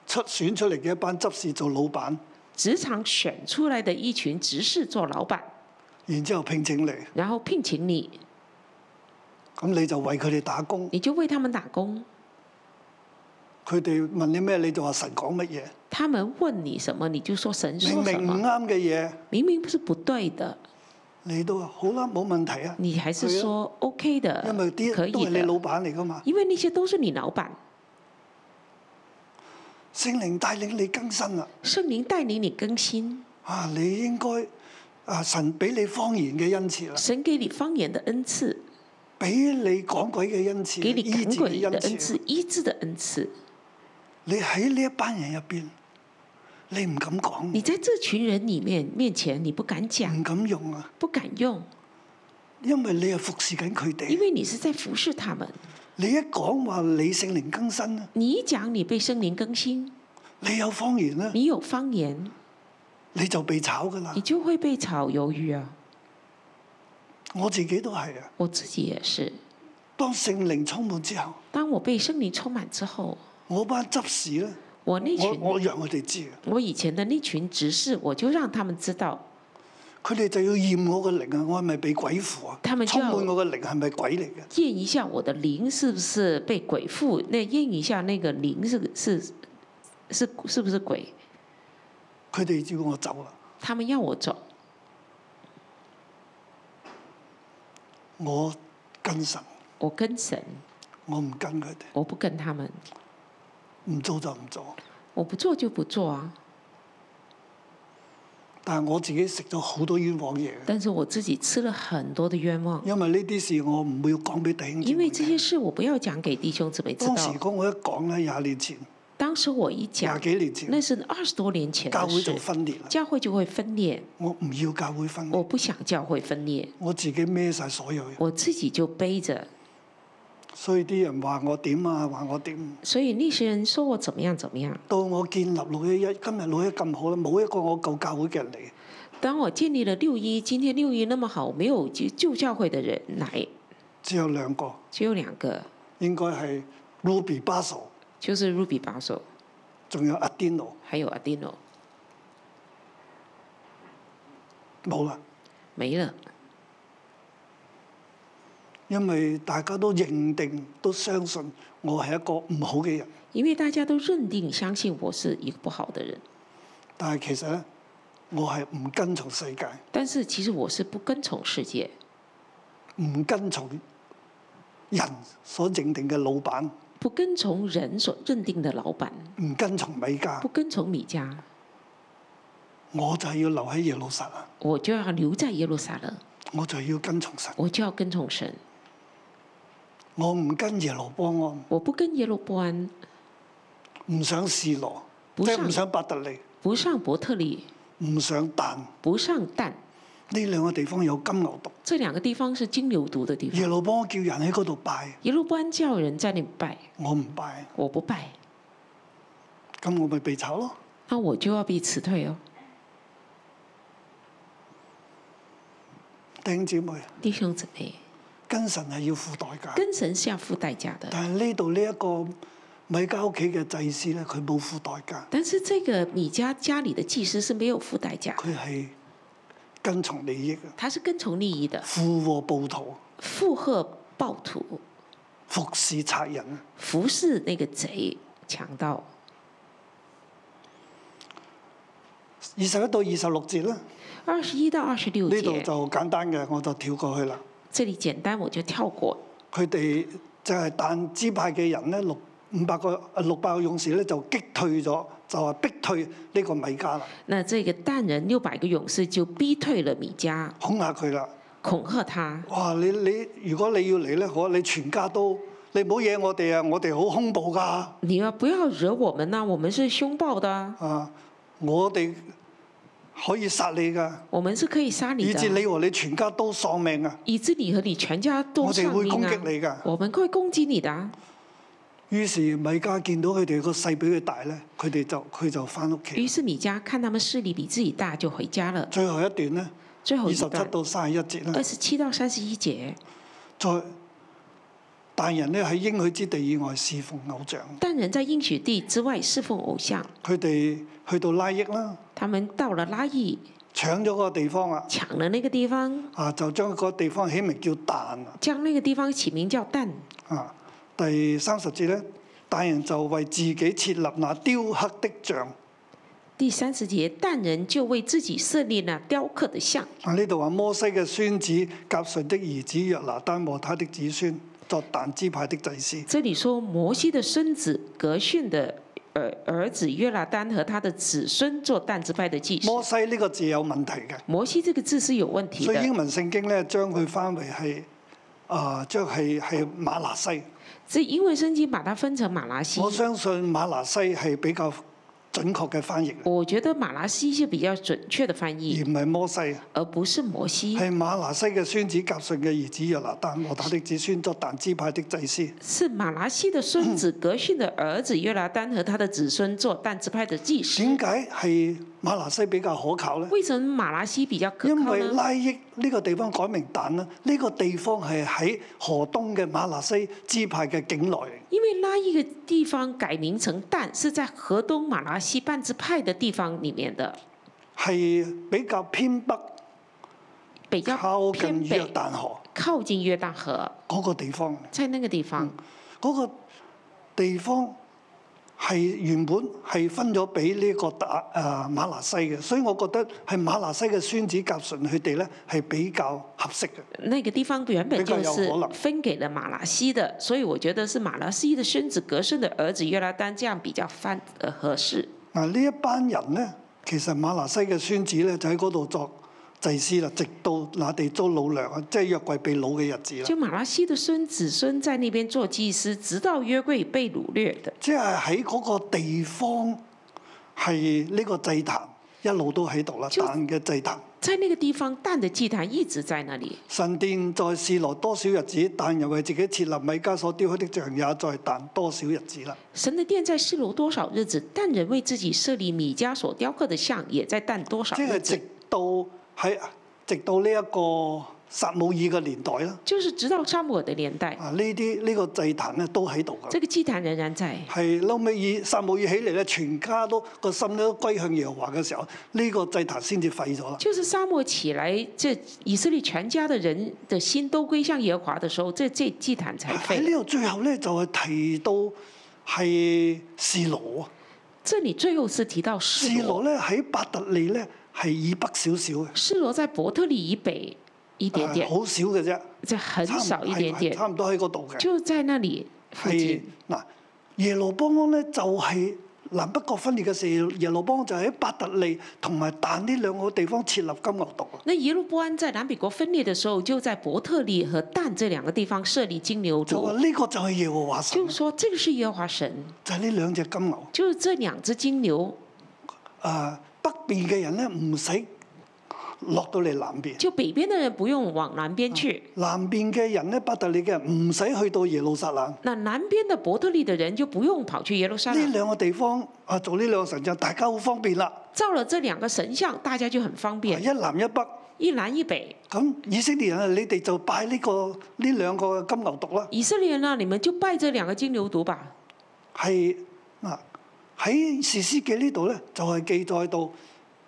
出選出嚟嘅一班執事做老闆，職場選出來的一群執事做老闆，然之後聘請你，然後聘請你，咁你就為佢哋打工。你就為他們打工。佢哋問你咩，你就話神講乜嘢。他們問你什麼，你就說神明說什明唔麼，啱嘅嘢，明明不是不對的，你都話好啦，冇問題啊。你還是對啊說 OK 因為嗯的，可啲都以係你老的，闆嚟噶嘛。因為那些都是你老闆，聖靈帶領你更新啦，圣灵带领你更新，啊，你應該啊，神俾你方言嘅恩賜啦，神给你方言的恩赐，俾你講鬼嘅恩賜，给你醫赶治鬼嘅恩的恩賜赐。，医治的恩赐。你喺呢一班人入邊，你唔敢你講，在这群人里面面前，你不敢讲，唔敢用啊，不敢用，因為你係服侍緊佢因哋。为你是在服侍他们。你一講話你聖靈更新啊，你一讲你被圣灵更新，你有方言咧，你有方言，你就被炒㗎啦你。就会被炒鱿鱼啊！我自己都係啊，我自己也是，當聖靈充滿之後，当我被圣灵充满之后，我班執事咧，我那我群我讓佢哋知啊，我以前的那群执事，我就让他们知道，佢哋就要驗我個靈啊，我係咪被鬼附啊？他們就充滿我個靈係咪鬼嚟嘅？验一下我的灵是不是被鬼附，那验一下那个灵是是是是不是鬼，佢哋要我走啊，他们要我走，我跟神，我跟神，我唔跟佢哋，我不跟他们，唔做就唔做。我不做就不做啊。但係我自己食咗好多冤枉嘢，但是我自己吃了很多的冤枉，因為呢啲事我唔會講俾弟兄姊因妹为这些聽。事我不要讲给弟兄姊妹知當時道。講我一講咧，廿年前、当时我一廿讲，幾年啊前，那是啊二十多年前教的會就事，分裂啦。教会就会分裂。我唔要教會分我裂，不想教会分裂，我自己孭晒所有嘢，我自己就背着。所以啲人話我點啊，話我點。所以那些人说我怎么样怎么样。到我建立六一一，今日六一咁好啦，冇一個我舊教會嘅人嚟。当我建立了六一，今天六一那么好，没有旧旧教会的人来，只有兩個，只有两个，應該係 Ruby Basel，就是 Ruby 保守，仲有 Adino，还有 Adino，冇啦，没了，因為大家都認定都相信我係一個唔好嘅人，因为大家都认定相信我是一个不好的人，但係其實咧，我係唔跟從世界，但是其实我是不跟从世界，唔跟從人所認定嘅老闆，不跟从人所认定的老板，唔跟從美加不，跟从米迦，我就係要留喺耶路撒冷，我就要留在耶路撒冷，我就要跟從神，我就要跟从神，我唔跟耶路波安，我不跟耶路波安，唔想示羅，即不係上唔想伯特利。不上伯特利，唔上但呢不上但，兩個地方有金牛犊，这两个地方是金牛犊的地方。耶路波安叫人喺嗰度拜，耶路波安叫人在那里拜，我唔拜，我不拜，咁我咪被炒咯。那我就要被辞退哦。弟兄姊妹，弟兄姊妹，跟神係要付代價，跟神是要付代价的，但係呢度呢一個米家屋企嘅祭司咧，佢冇付代價，但是这个米迦家里的祭司是没有付代价，佢係跟從利益嘅，他是跟从利益的，附和暴徒，附和暴徒，服侍賊人。啊服侍那个贼强盗。二十一到二十六節咧，二十一到二十六呢度节，就簡單嘅，我就跳過去啦。这里简单我就跳过。佢哋就係但支派嘅人咧，六五百個呃六百個勇士咧就擊退咗，就係逼退呢個米迦啦，那这个但人六百个勇士就逼退了米迦，恐嚇佢啦。恐吓他。哇！你你如果你要嚟咧，我你全家都你唔好惹我哋啊！我哋好恐怖㗎你要不要惹我们呢、我们是凶暴的啊，啊！我哋可以殺你㗎，我们是可以杀你以的啊。致你和你全家都喪命啊！以致你和你全家都丧我哋會攻命擊你㗎啊！我們會攻擊你的啊！於是米迦見到佢哋個勢比佢大咧，佢哋就佢就翻屋企。於是米迦看他們勢力比自己大，就回家了。最後一段咧，最後二一十七段到三十一節二咧，十七到三十一節，再但人咧喺應許之地以外侍奉偶像，但人在应许地之外侍奉偶像，佢哋去到拉益啦，他們到了拉邑，搶咗個地方啊，搶了那個地方，啊就將個地方起名叫但啊。將那個地方起名叫但。啊，第三十節咧，大人就為自己設立那雕刻的像。第三十節，但人就為自己設立了雕刻的像。啊，呢度話摩西嘅孫子甲順的兒子約拿單和他的子孫作但支派的祭司。這裡說摩西的孫子革訓的儿儿子约拿丹和他的子孙做但支派的祭司。摩西呢個字有問題嘅，摩西这个字是有问题所以英的，文聖經咧將佢翻為係啊，將係係馬拿西。这因為圣经把它分成马拉西我，相信馬拿西係比較準確嘅翻譯，我覺得马拉西是比較準確的翻而譯，唔係摩西。啊而不是摩西，係馬拿西嘅孫子甲信嘅兒子約拿單和他的子孫作但支派的祭司。是马拉西的孙子格逊的儿子约拿丹和他的子孫做但支派的祭司。點解係馬拿西比較可靠呢？為什麼馬拉西比較可因靠為呢？拉益呢個地方改名但啦，呢、個地方係喺河東嘅馬拿西支派嘅境內。因為拉一個地方改名成但，是在河東馬拉西半支派的地方裡面的，係比較偏北，比較靠近偏約北，旦河靠近約旦河，嗰、個地方。在那個地方。嗯嗰、個地方係原本係分咗俾呢個打誒、呃、馬拿西嘅，所以我覺得係馬拿西嘅孫子甲順佢哋咧係比較合適嘅。那個地方原本就比較是有可能分給了馬拉西的，所以我覺得是馬拉西的孫子格順的兒子約拿丹這樣比較翻呃合適。嗱呢一班人咧，其實馬拿西嘅孫子咧就喺嗰度作祭司啦，直到那地遭擄掠啊，即係約櫃被擄嘅日子啦就。馬拉西的孫子孫在那邊做祭司，直到約櫃被掳掠的，即係喺嗰個地方係呢個祭壇一路都喺度啦，就但嘅祭壇。在那個地方，但的祭壇一直在那裡。神殿在示羅多少日子，但又為自己設立米迦所雕刻的像也在但多少日子啦。神的殿在示罗多少日子，但人为自己设立米迦所雕刻的像，也在但多少即日係子。直到喺直到呢一個撒姆耳嘅年代啦。就是直到撒母耳的年代，啊，呢啲呢個祭壇咧都喺度這㗎。個祭坛仍然在。係嬲尾以撒姆耳起嚟咧，全家都個心都歸向耶和華嘅時候，呢、個祭壇先至廢咗啦。就是撒母耳起來，这以色列全家的人的心都归向耶和华的时候，这这祭坛才喺废。呢度最後咧就係提到係示羅啊，这里最后是提到示示羅罗，咧喺伯特利咧係以北少少嘅，示罗在伯特利以北一点啊点，好少嘅啫。这很差唔少一点係係点，差唔多喺嗰度嘅。就在那里附係近。嗱，耶路邦安咧就係南北國分裂嘅時候，耶路邦安就喺伯特利同埋但呢兩個地方設立金牛犢啊。那耶路波安在南北国分裂的时候，就在伯特利和但这两个地方设立金牛就話洲，呢個就係耶和華神就啊，说这个是耶和华神，就係呢兩隻金牛。就是这兩隻金牛，啊，北邊嘅人咧唔使落到嚟南邊，就北邊的人不用往南邊去，南邊嘅人咧伯特利嘅人唔使去到耶路撒冷。那南邊的伯特利的人就不用跑去耶路撒呢冷。兩個地方啊，做呢兩個神像，大家好方便啦。造了這兩個神像，大家就很方啊便，一南一北。一南一北。咁以色列人啊，你哋就拜呢、個呢兩個金牛犢啦，以色列人啊，你們就拜這兩個金牛犢吧。係嗱喺士師記呢度咧，就係、記載到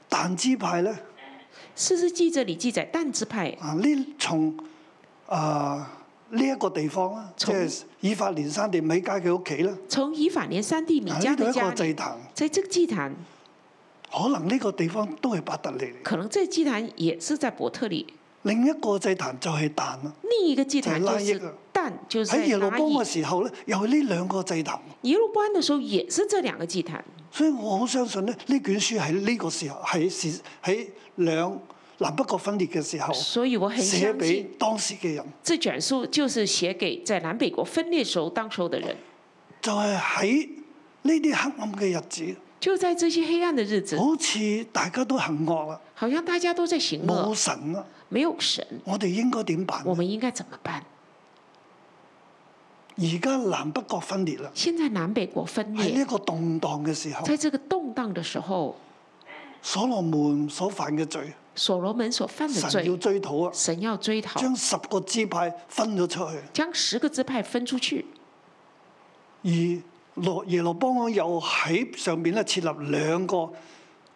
但支派咧四世紀這裡記載但支派啊呢從啊呢一個地方啦，即從係以法蓮山地米加嘅屋企啦，從以法蓮山地米啊迦呢度的一家個祭裡，壇，在這個祭壇，可能呢個地方都係伯特利嚟。可能這個祭壇也是在伯特利。另一個祭壇就係但啦，另一個祭壇就在拉益啊是但，就是在喺耶路拉邦嘅益。時候咧，又係呢兩個祭壇。耶路波安的時候也是這兩個祭壇。所以我好相信咧，呢卷書喺呢個時候喺時喺兩南北國分裂嘅時候所以我很寫相俾信當時嘅人，这卷书就是写给在南北国分裂时候当时候的人，就係喺呢啲黑暗嘅日子，就在这些黑暗的日子，好似大家都行惡啦，好像大家都在行冇恶，神啦，没有神，我哋應該點辦？我们应该怎么办？而家南北國分裂啦，现在南北国分喺呢一裂，個動盪嘅時候，在这个動荡的时候，所羅門所犯嘅罪，所罗门所犯的神要罪，追討啊，神要追讨，將十個支派分咗出去，将十个支派分出去。而羅耶羅邦安又喺上面咧設立兩個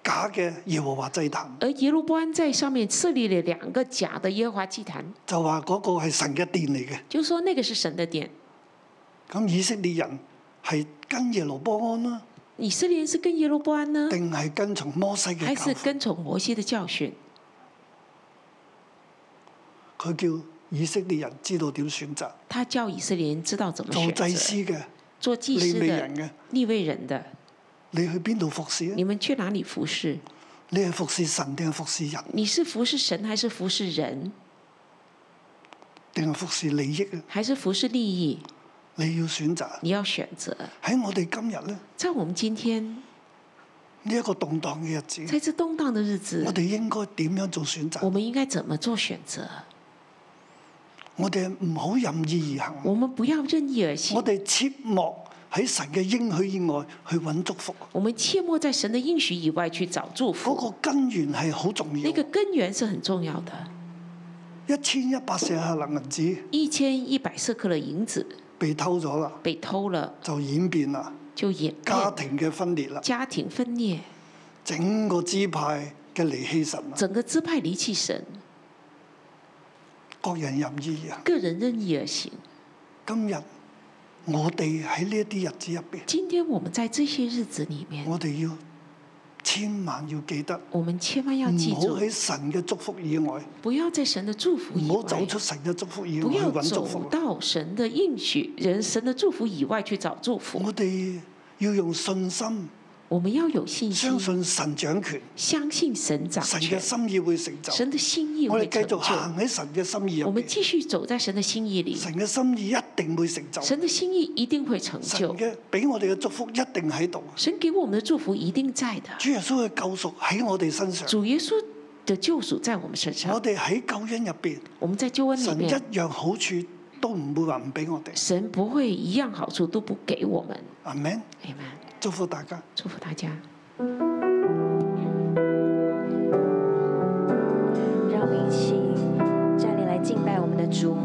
假嘅耶和華祭壇，而耶路波安在上面设立了两个假的耶和华祭坛，就話嗰個係神嘅殿嚟嘅。就说那个是神的殿。咁以色列人係跟耶羅波安啦，以色列人是跟耶路波安呢，定係跟從摩西嘅还教是訓？跟从摩西的教训？佢叫以色列人知道點選擇，他叫以色列人知道怎么做选择祭司嘅、做祭利司未的人嘅，立位人的，你去邊度服侍啊？你们去哪里服侍？你係服侍神定係服侍人，你是服侍神还是服侍人，定係服侍利益啊？还是服侍利益？你要選擇你要选择。喺我哋今日咧呢在我们今天呢一個動盪嘅日子，在这动荡的日子我，哋應該點樣做選我擇？们应该怎么做选择？我哋唔好任意而行，我们不要任意而行我，哋切莫喺神嘅應許以外去揾祝福，我们切莫在神的应许以外去找祝嗰、福。個根源係好重要那。个根源是很重要的。一千一百四克銀紙一千一百色克的银子被偷咗啦，被偷了，就演變啦，就演家变庭嘅分裂啦，家庭分裂，整個支派嘅離棄神啦，整个支派离弃神，各人任意啊！个人任意而行。今日我哋喺呢一啲日子入邊，今天我们在这些日子里面，我哋要千萬要記得，我们千万要唔记好住，喺神嘅祝福以外，不要在神的祝福以唔好外，走出神嘅祝福以外不去要揾祝走福。到神的应许、人神的祝福以外去找祝福。我哋要用信心，我们要有信心相，信神掌權，相信神掌神嘅权，心意會成就。嗯神的心意我会哋繼成續就。行喺神嘅心意我入们邊，继续走在神的心意里，神嘅心意一定會成就。神的心意一定会成神就。嘅俾我哋嘅祝福一定喺度。神给我们的祝福一定在的。主耶啊穌嘅救贖喺我哋身上，主啊耶稣的救赎在我们身上我，哋喺救恩入邊，我们在救恩里神面，一樣好處都唔會話唔俾我哋。神不会一样好处都不给我们。阿 Man，你们祝福大家。祝福大家。让我们一起站立来敬拜我们的主。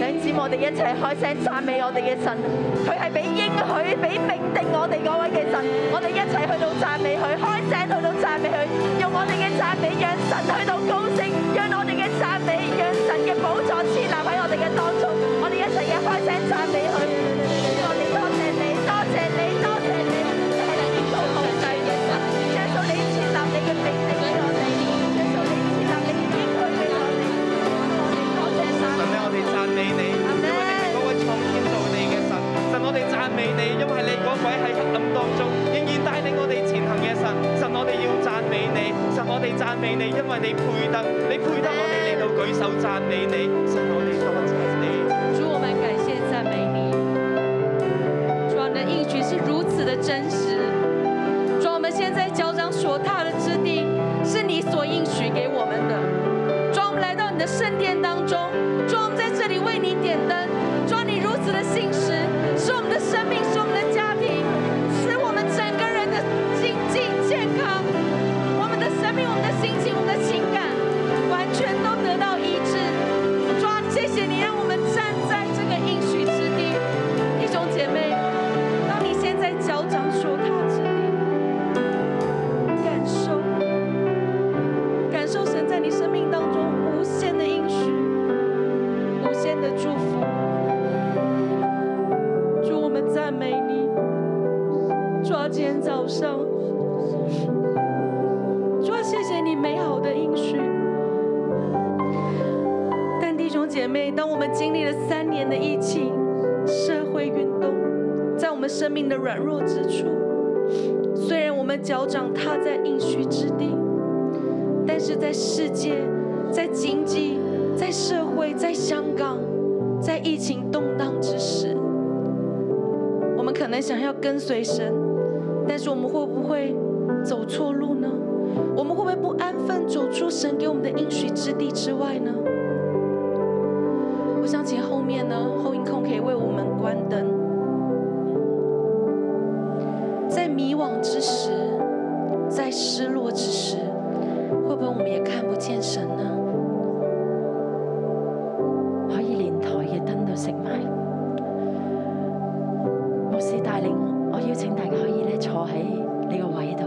聲讚美我哋嘅神，佢係俾應許、俾命定我哋嗰位嘅神，我哋一齊去到讚美佢，開聲去到讚美佢，用我哋嘅讚美讓神去到高升，讓我哋嘅讚美讓神嘅寶座設立喺我哋嘅當中，我哋一齊嘅開聲讚美佢，我哋多謝你，多謝你，多謝你，多謝你做好世嘅神，耶穌你設立你嘅命定俾我哋，耶穌你設立你嘅應許俾我哋，我哋多謝神晒咧，。我哋讚美你，因為你係嗰位創建造地嘅神。神，我哋讚美你，因為你嗰位喺黑暗當中仍然帶領我哋前行嘅神。神，我哋要讚美你，神，我哋讚美你，因為你配得，你配得我哋嚟到舉手讚美你。神，我哋多謝你。主，我们感谢赞美你。主啊，你的应许是如此的真实。主啊，我们现在脚掌所踏的之地，是你所应许给我们的。主啊，我们来到你的圣殿当中，主啊，我们在这里为你点灯。主啊，你如此的信实，使我们的生命，使我们的家庭，使我们整个人的经济健康，我们的生命，我们的心情，我们的情感，完全都得到医治。主啊，谢谢你让我们站在这个应许之地。弟兄姐妹，当你现在脚掌所踏之地，感受，感受神在你生命当中无限的应许，无限的祝福。主，我们赞美你。主啊，今天早上，主啊，谢谢你美好的应许。但弟兄姐妹，当我们经历了三年的疫情、社会运动，在我们生命的软弱之处，虽然我们脚掌踏在应许之地，但是在世界、在经济、在社会、在香港、在疫情动荡之时，我们可能想要跟随神，但是我们会不会走错路呢？我们会不会不安分，走出神给我们的应许之地之外呢？我想请后面呢，后音控可以为我们关灯。在迷惘之时，在失落之时，会不会我们也看不见神呢？可以連台嘅燈都熄埋。牧師帶領，我邀請大家可以咧坐喺你個位度，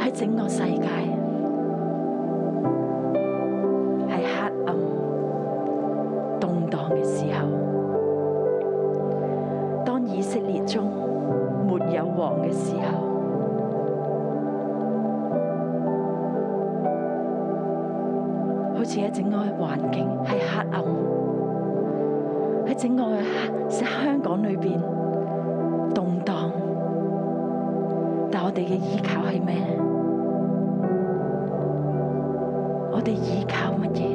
喺整個世界喺黑暗動盪嘅時候，當以色列中沒有王嘅時候。好似喺整個環境係黑暗，喺整個香港裏邊動盪，但我哋嘅依靠係咩咧？我哋依靠乜嘢？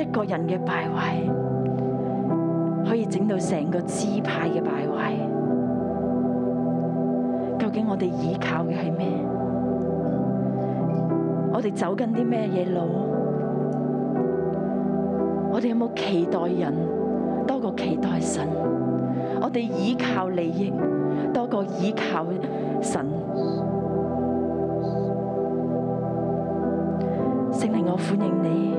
一個人嘅敗壞可以整到成個支派嘅敗壞，究竟我哋依靠嘅係咩？我哋走緊啲咩嘢路？我哋有冇期待人多過期待神？我哋依靠利益多過依靠神。聖靈，我歡迎你，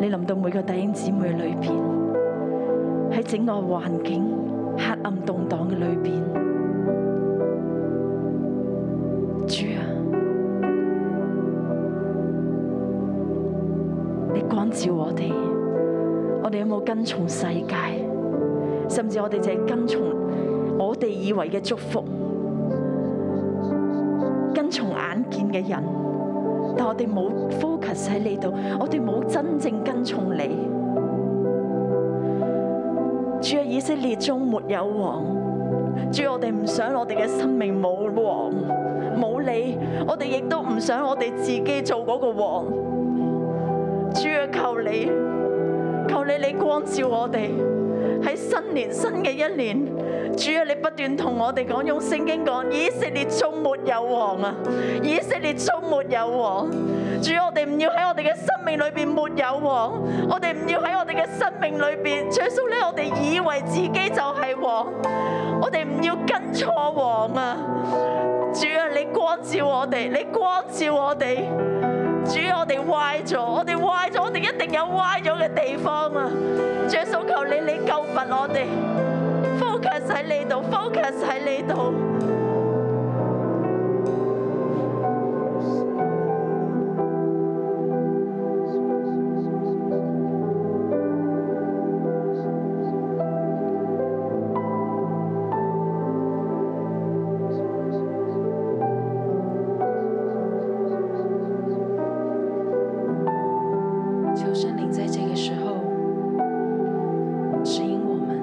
你臨到每個弟兄姊妹裏邊，喺整個環境黑暗動盪嘅裏邊，主啊！你光照我哋，我哋有冇跟從世界？甚至我哋就係跟從我哋以為嘅祝福，跟從眼見嘅人，但我哋冇 focus 喺你度，我哋冇真正跟從你。主啊，以色列中沒有王，主啊我哋唔想我哋嘅生命冇王，冇你，我哋亦都唔想我哋自己做嗰個王。主啊，求你，求你，你光照我哋喺新年新嘅一年。主啊，你不斷同我哋講，用聖經講，以色列中沒有王啊！以色列中沒有王。主，啊我哋唔要喺我哋嘅生命裏邊沒有王，我哋唔要喺我哋嘅生命裏邊，最少咧，我哋以為自己就係王，我哋唔要跟錯王啊！主啊，你光照我哋，你光照我哋。主，我哋歪咗，我哋歪咗，我哋一定有歪咗嘅地方啊！主耶穌求你，你救拔我哋，focus 喺你度，focus 喺你度。求圣灵在这个时候指引我们，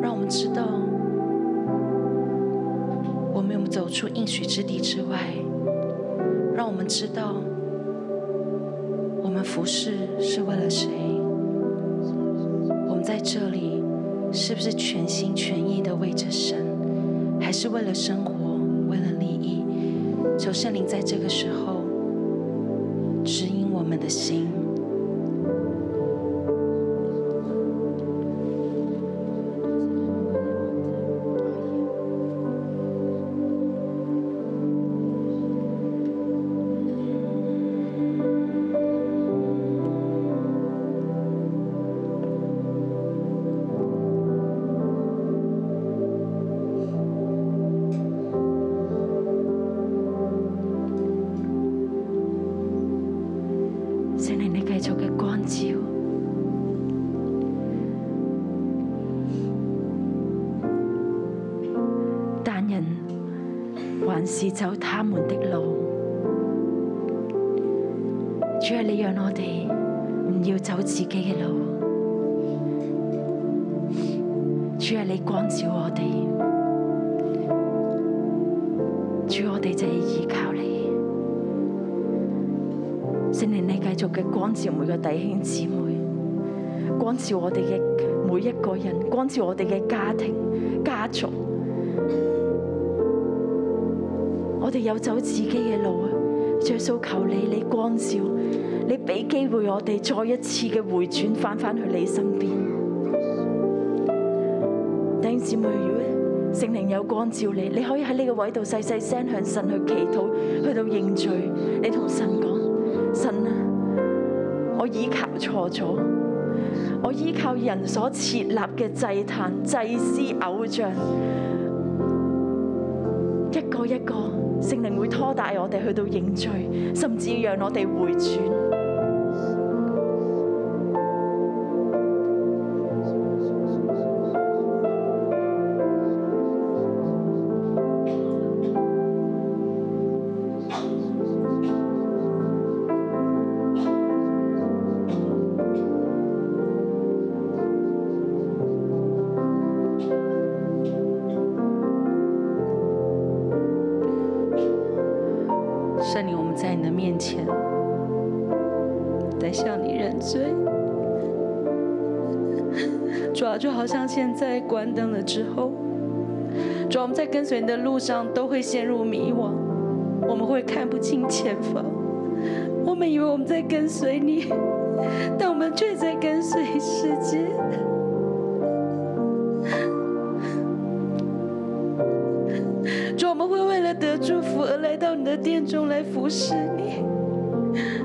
让我们知道我们有没有走出应许之地之外，让我们知道我们服侍是为了谁，我们在这里是不是全心全意的为着神，还是为了生活，为了利益？求圣灵在这个时候。指引我们的心。圣灵，你继续嘅光照，但人还是走他们的路。主啊，你让我哋唔要走自己嘅路。主啊，你光照我哋。主，我哋就要依靠你。圣灵，你繼續嘅光照每個弟兄姊妹，光照我哋嘅每一個人，光照我哋嘅家庭、家族。我哋有走自己嘅路啊！主耶穌求你，你光照，你俾機會我哋再一次嘅回轉，翻返去你身邊。弟兄姊妹，如果聖靈有光照你，你可以喺呢個位度細細聲向神去祈禱，去到認罪，你同神講。神啊，我依靠錯咗，我依靠人所設立嘅祭壇、祭司、偶像，一個一個，聖靈會拖帶我哋去到認罪，甚至讓我哋回轉。圣灵，我们在你的面前，在向你认罪。主啊，就好像现在关灯了之后，主啊，我们在跟随你的路上都会陷入迷惘，我们会看不清前方。我们以为我们在跟随你，但我们却在跟随世界。主啊，我们会为了得祝福而来到你的殿中来服侍你。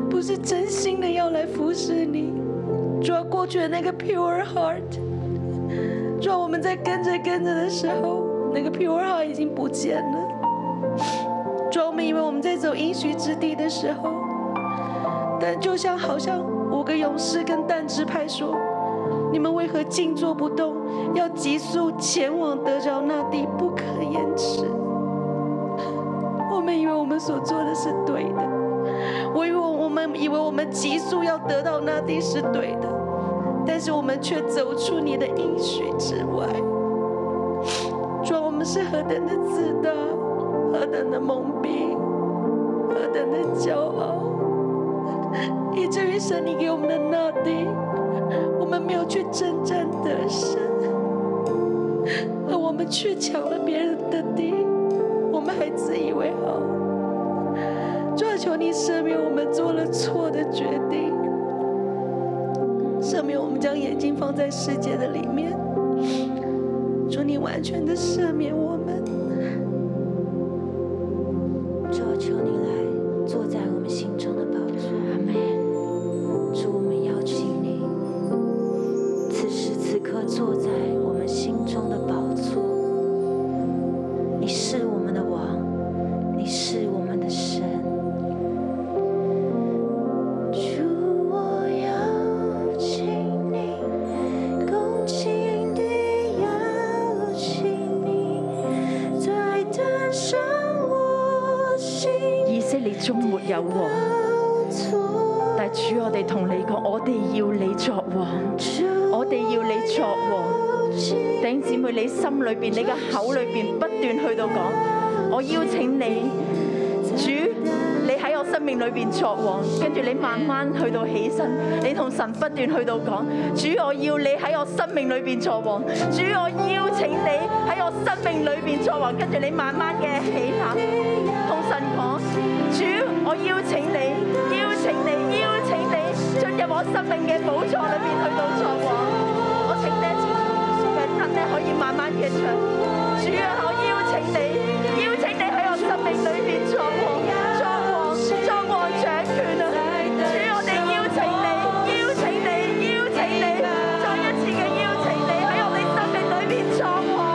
不是真心的要来服侍你。主啊，过去的那个 pure heart，主啊，我们在跟着跟着的时候，那个 pure heart 已经不见了。主啊，我们以为我们在走应许之地的时候，但就像好像五个勇士跟但支派说：“你们为何静坐不动？要急速前往得着那地，不可延迟。”我们以为我们所做的是对的。我以为我们以为我们急速要得到那地是对的，但是我们却走出你的应许之外。主啊，我们是何等的自大，何等的蒙蔽，何等的骄傲，以至于神你给我们的那地，我们没有去征战得胜，而我们却抢了别人的地，我们还自以为好。主啊，求你赦免我们做了错的决定，赦免我们将眼睛放在世界的里面。主，你完全的赦免我们。主，求你来坐在我们有王，但主我哋同你講，我哋要你作王，我哋要你作王。弟兄姊妹，你心裏邊、你嘅口裏邊不斷去到講，我邀請你，主，你喺我生命裏邊作王，跟住你慢慢去到起身，你同神不斷去到講，主，我要你喺我生命裏邊作王，主，我邀請你喺我生命裏邊作王，跟住你慢慢嘅起立，同神講，主，我邀請你，邀請你，邀請你進入我生命嘅寶座裏邊去到作王，我請呢一次。嘅燈咧可以慢慢嘅唱。主啊，我邀請你，邀請你喺我生命裏邊作王，作王，作王掌權啊！主，我哋邀請你，邀請你，邀請你，再一次嘅邀請你喺我哋生命裏邊作王。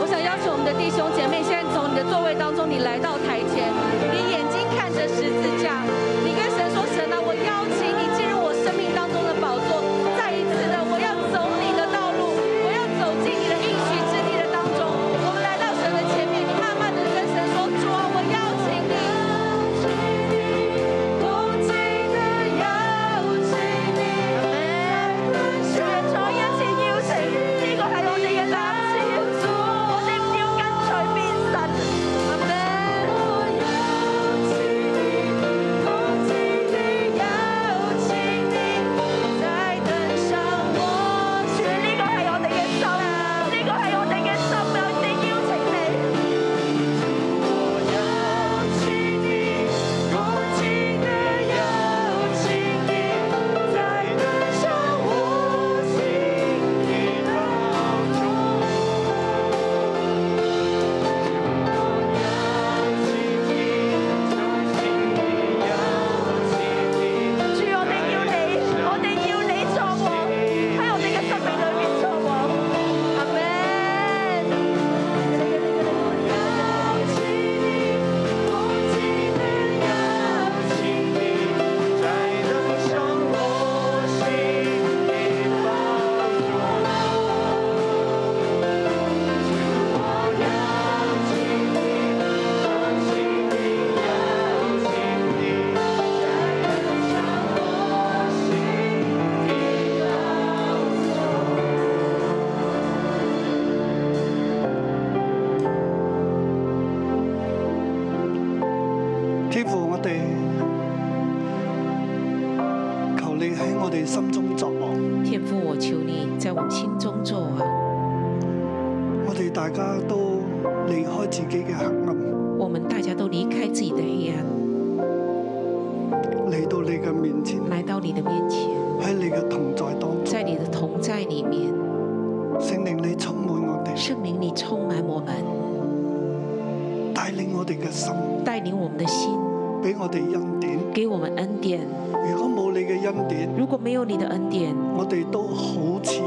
我想邀请我们的弟兄姐妹，现在从你的座位当中，你来到台前，你眼睛看着十字架，你跟神说：“神啊，我邀请你进入我生命当中的宝座，再一次的，我要走你的道路，我要走进你的应许之地的当中。”我们来到神的前面，你慢慢的跟神说：“主啊，我邀请你。”主啊，再一次邀請，呢個係我哋嘅膽子，我哋唔要跟隨變神。主，呢個係我哋嘅心，呢個係我哋嘅心，我哋邀請你。主，我哋要你，我哋要你作王，喺我哋嘅生命裏面作王。阿門。天父，我哋求你喺我哋心中作王。天父，我求你在我心中作王。我哋大家都離開自己嘅黑暗，我们大家都离开自己的黑暗，嚟到你嘅面前，来到你的面前，喺你嘅同在當中，在你的同在里面，聖靈你充滿我哋，圣灵你充满我们，帶領我哋嘅心，带领我们的心，俾我哋恩典。给我们恩典。如果冇你嘅恩典，如果没有你的恩典，我哋都好似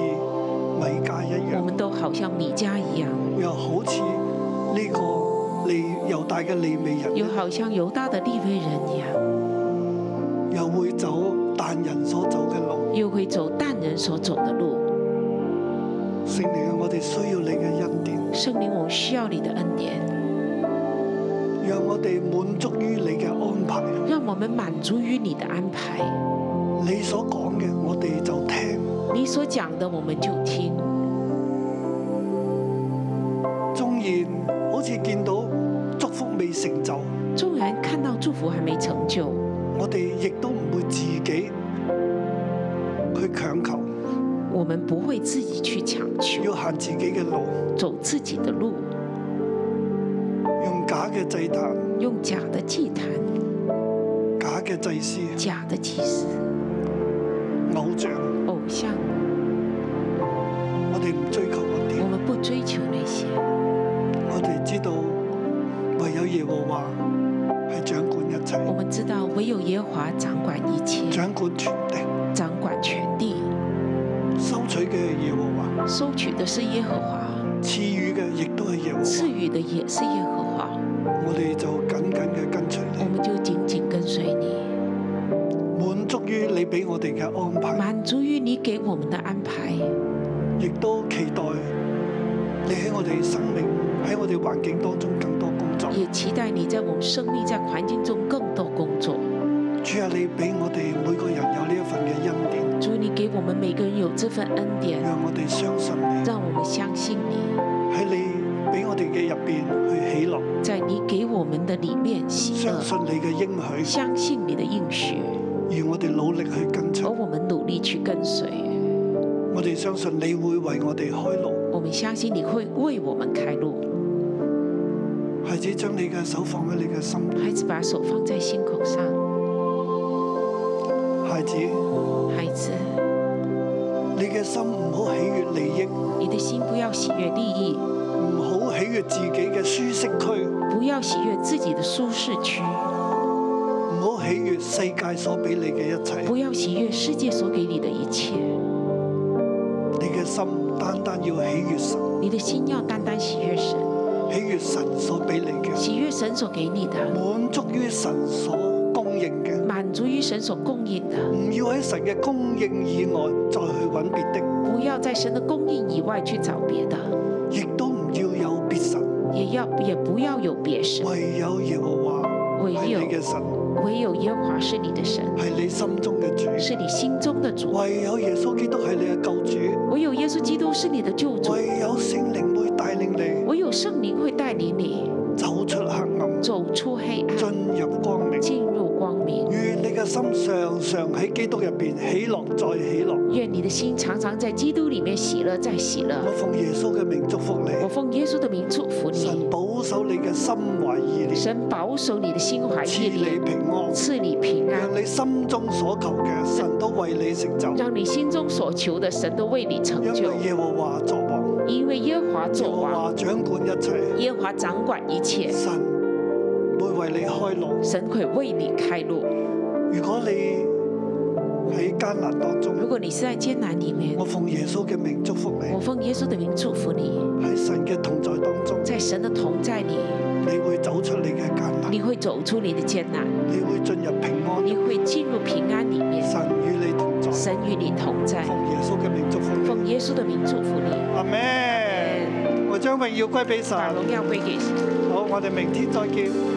米迦一我樣，们都好像米迦一样，又好似呢個利猶大嘅利未人，又好像犹大的利未人一样，又會走但人所走嘅路。又会走但人所走的路。聖靈啊，我哋需要你嘅恩典，圣灵，我们需要你的恩典，讓我哋滿足於你嘅安排。让我们满足于你的安排。你所講嘅，我哋就聽。你所讲的，我们就听。縱然好似見到祝福未成就，纵然看到祝福还没成就，我哋亦都唔會自己去強求，我们不会自己去强求，要行自己嘅路，走自己的路，用假嘅祭壇、用假的祭坛、假嘅祭司、假的祭司、偶像，偶像，我哋唔追求嗰我啲，们不追求那些。我哋知道唯有耶和華係掌管一我切，们知道，唯有耶和华掌管一切，掌管全地，掌管全地，收取嘅耶和華，收取的是耶和华，賜予嘅亦都係耶和赐華，予的也是耶和华。我哋就緊緊嘅跟隨我你，们就紧紧跟随你，唔滿足於你俾我哋嘅安排，满足于你给我们的安排，亦都期待你喺我哋生命喺我哋環境當中更多工作。也期待你在我们生命在环境中更多工作。主啊，你俾我哋每個人有呢一份嘅恩典，主，你給我們每個人有這份恩典，讓我哋相信你讓我們相信你，喺你俾我哋嘅入邊去喜樂，在你給我們的裡面喜相樂，信你嘅應許，嗯相信你的應許，而我哋努力去跟而隨。我們努力去跟隨。我哋相信你會為我哋開路。我們相信你會為我們開路。孩子將你嘅手放喺你嘅心，孩子把手放在心口上，孩子，孩子，你嘅心唔好喜悦利益，你的心不要喜悅利益，唔好喜悦自己嘅舒適區，不要喜悅自己的舒適區，唔好喜悦世界所俾你嘅一切。不要喜悅世界所給你的一切。你嘅心單單要喜悦神，你的心要單單喜悅神，喜悦神所俾你嘅，喜悅神所給你的，滿足於神所供應嘅，滿足於神所供應的。唔要喺神嘅供應以外再去揾別的，不要在神的供應以外去找別的，亦都唔要有別神，也要也不要有別神，唯有耶和華唯有係你嘅神，唯有耶和華是你的神，係你心中嘅主，是你心中的主。唯有耶穌基督係你嘅救主。唯有耶穌基督是你的救主，唯有聖靈會帶領你唯有聖靈會帶領你走出黑暗，走出黑暗，進入光明。進入光明。願你嘅心常常喺基督入邊喜樂再喜樂。願你的心常常在基督裡面喜樂再喜我樂。奉耶穌嘅名祝福我你，奉耶穌的名祝福你神，保守你嘅心懷意念，神保守你的心懷賜意你念，平安，賜你平安讓，你心中所求嘅神都為你成就。讓你心中所求的神都為你成因就為。耶和華作王，因為耶和華耶作和王，華掌管一切，耶和華掌管一切。神會為你開路。神会为你开路。如果你喺艱難當如中，果你是在艰难里面我，奉耶穌嘅名祝福你我。奉耶稣的名祝福你，喺神嘅同在當中，在神的同在里，你會走出你嘅艱難，你会走出你的艰难，你會進入平安。你会进入平安里面。神與你同在，神与你同在，奉耶穌嘅名祝福你。奉耶稣的名祝福你。阿咩？我將榮耀歸俾神。把荣耀归给神。好，我哋明天再見。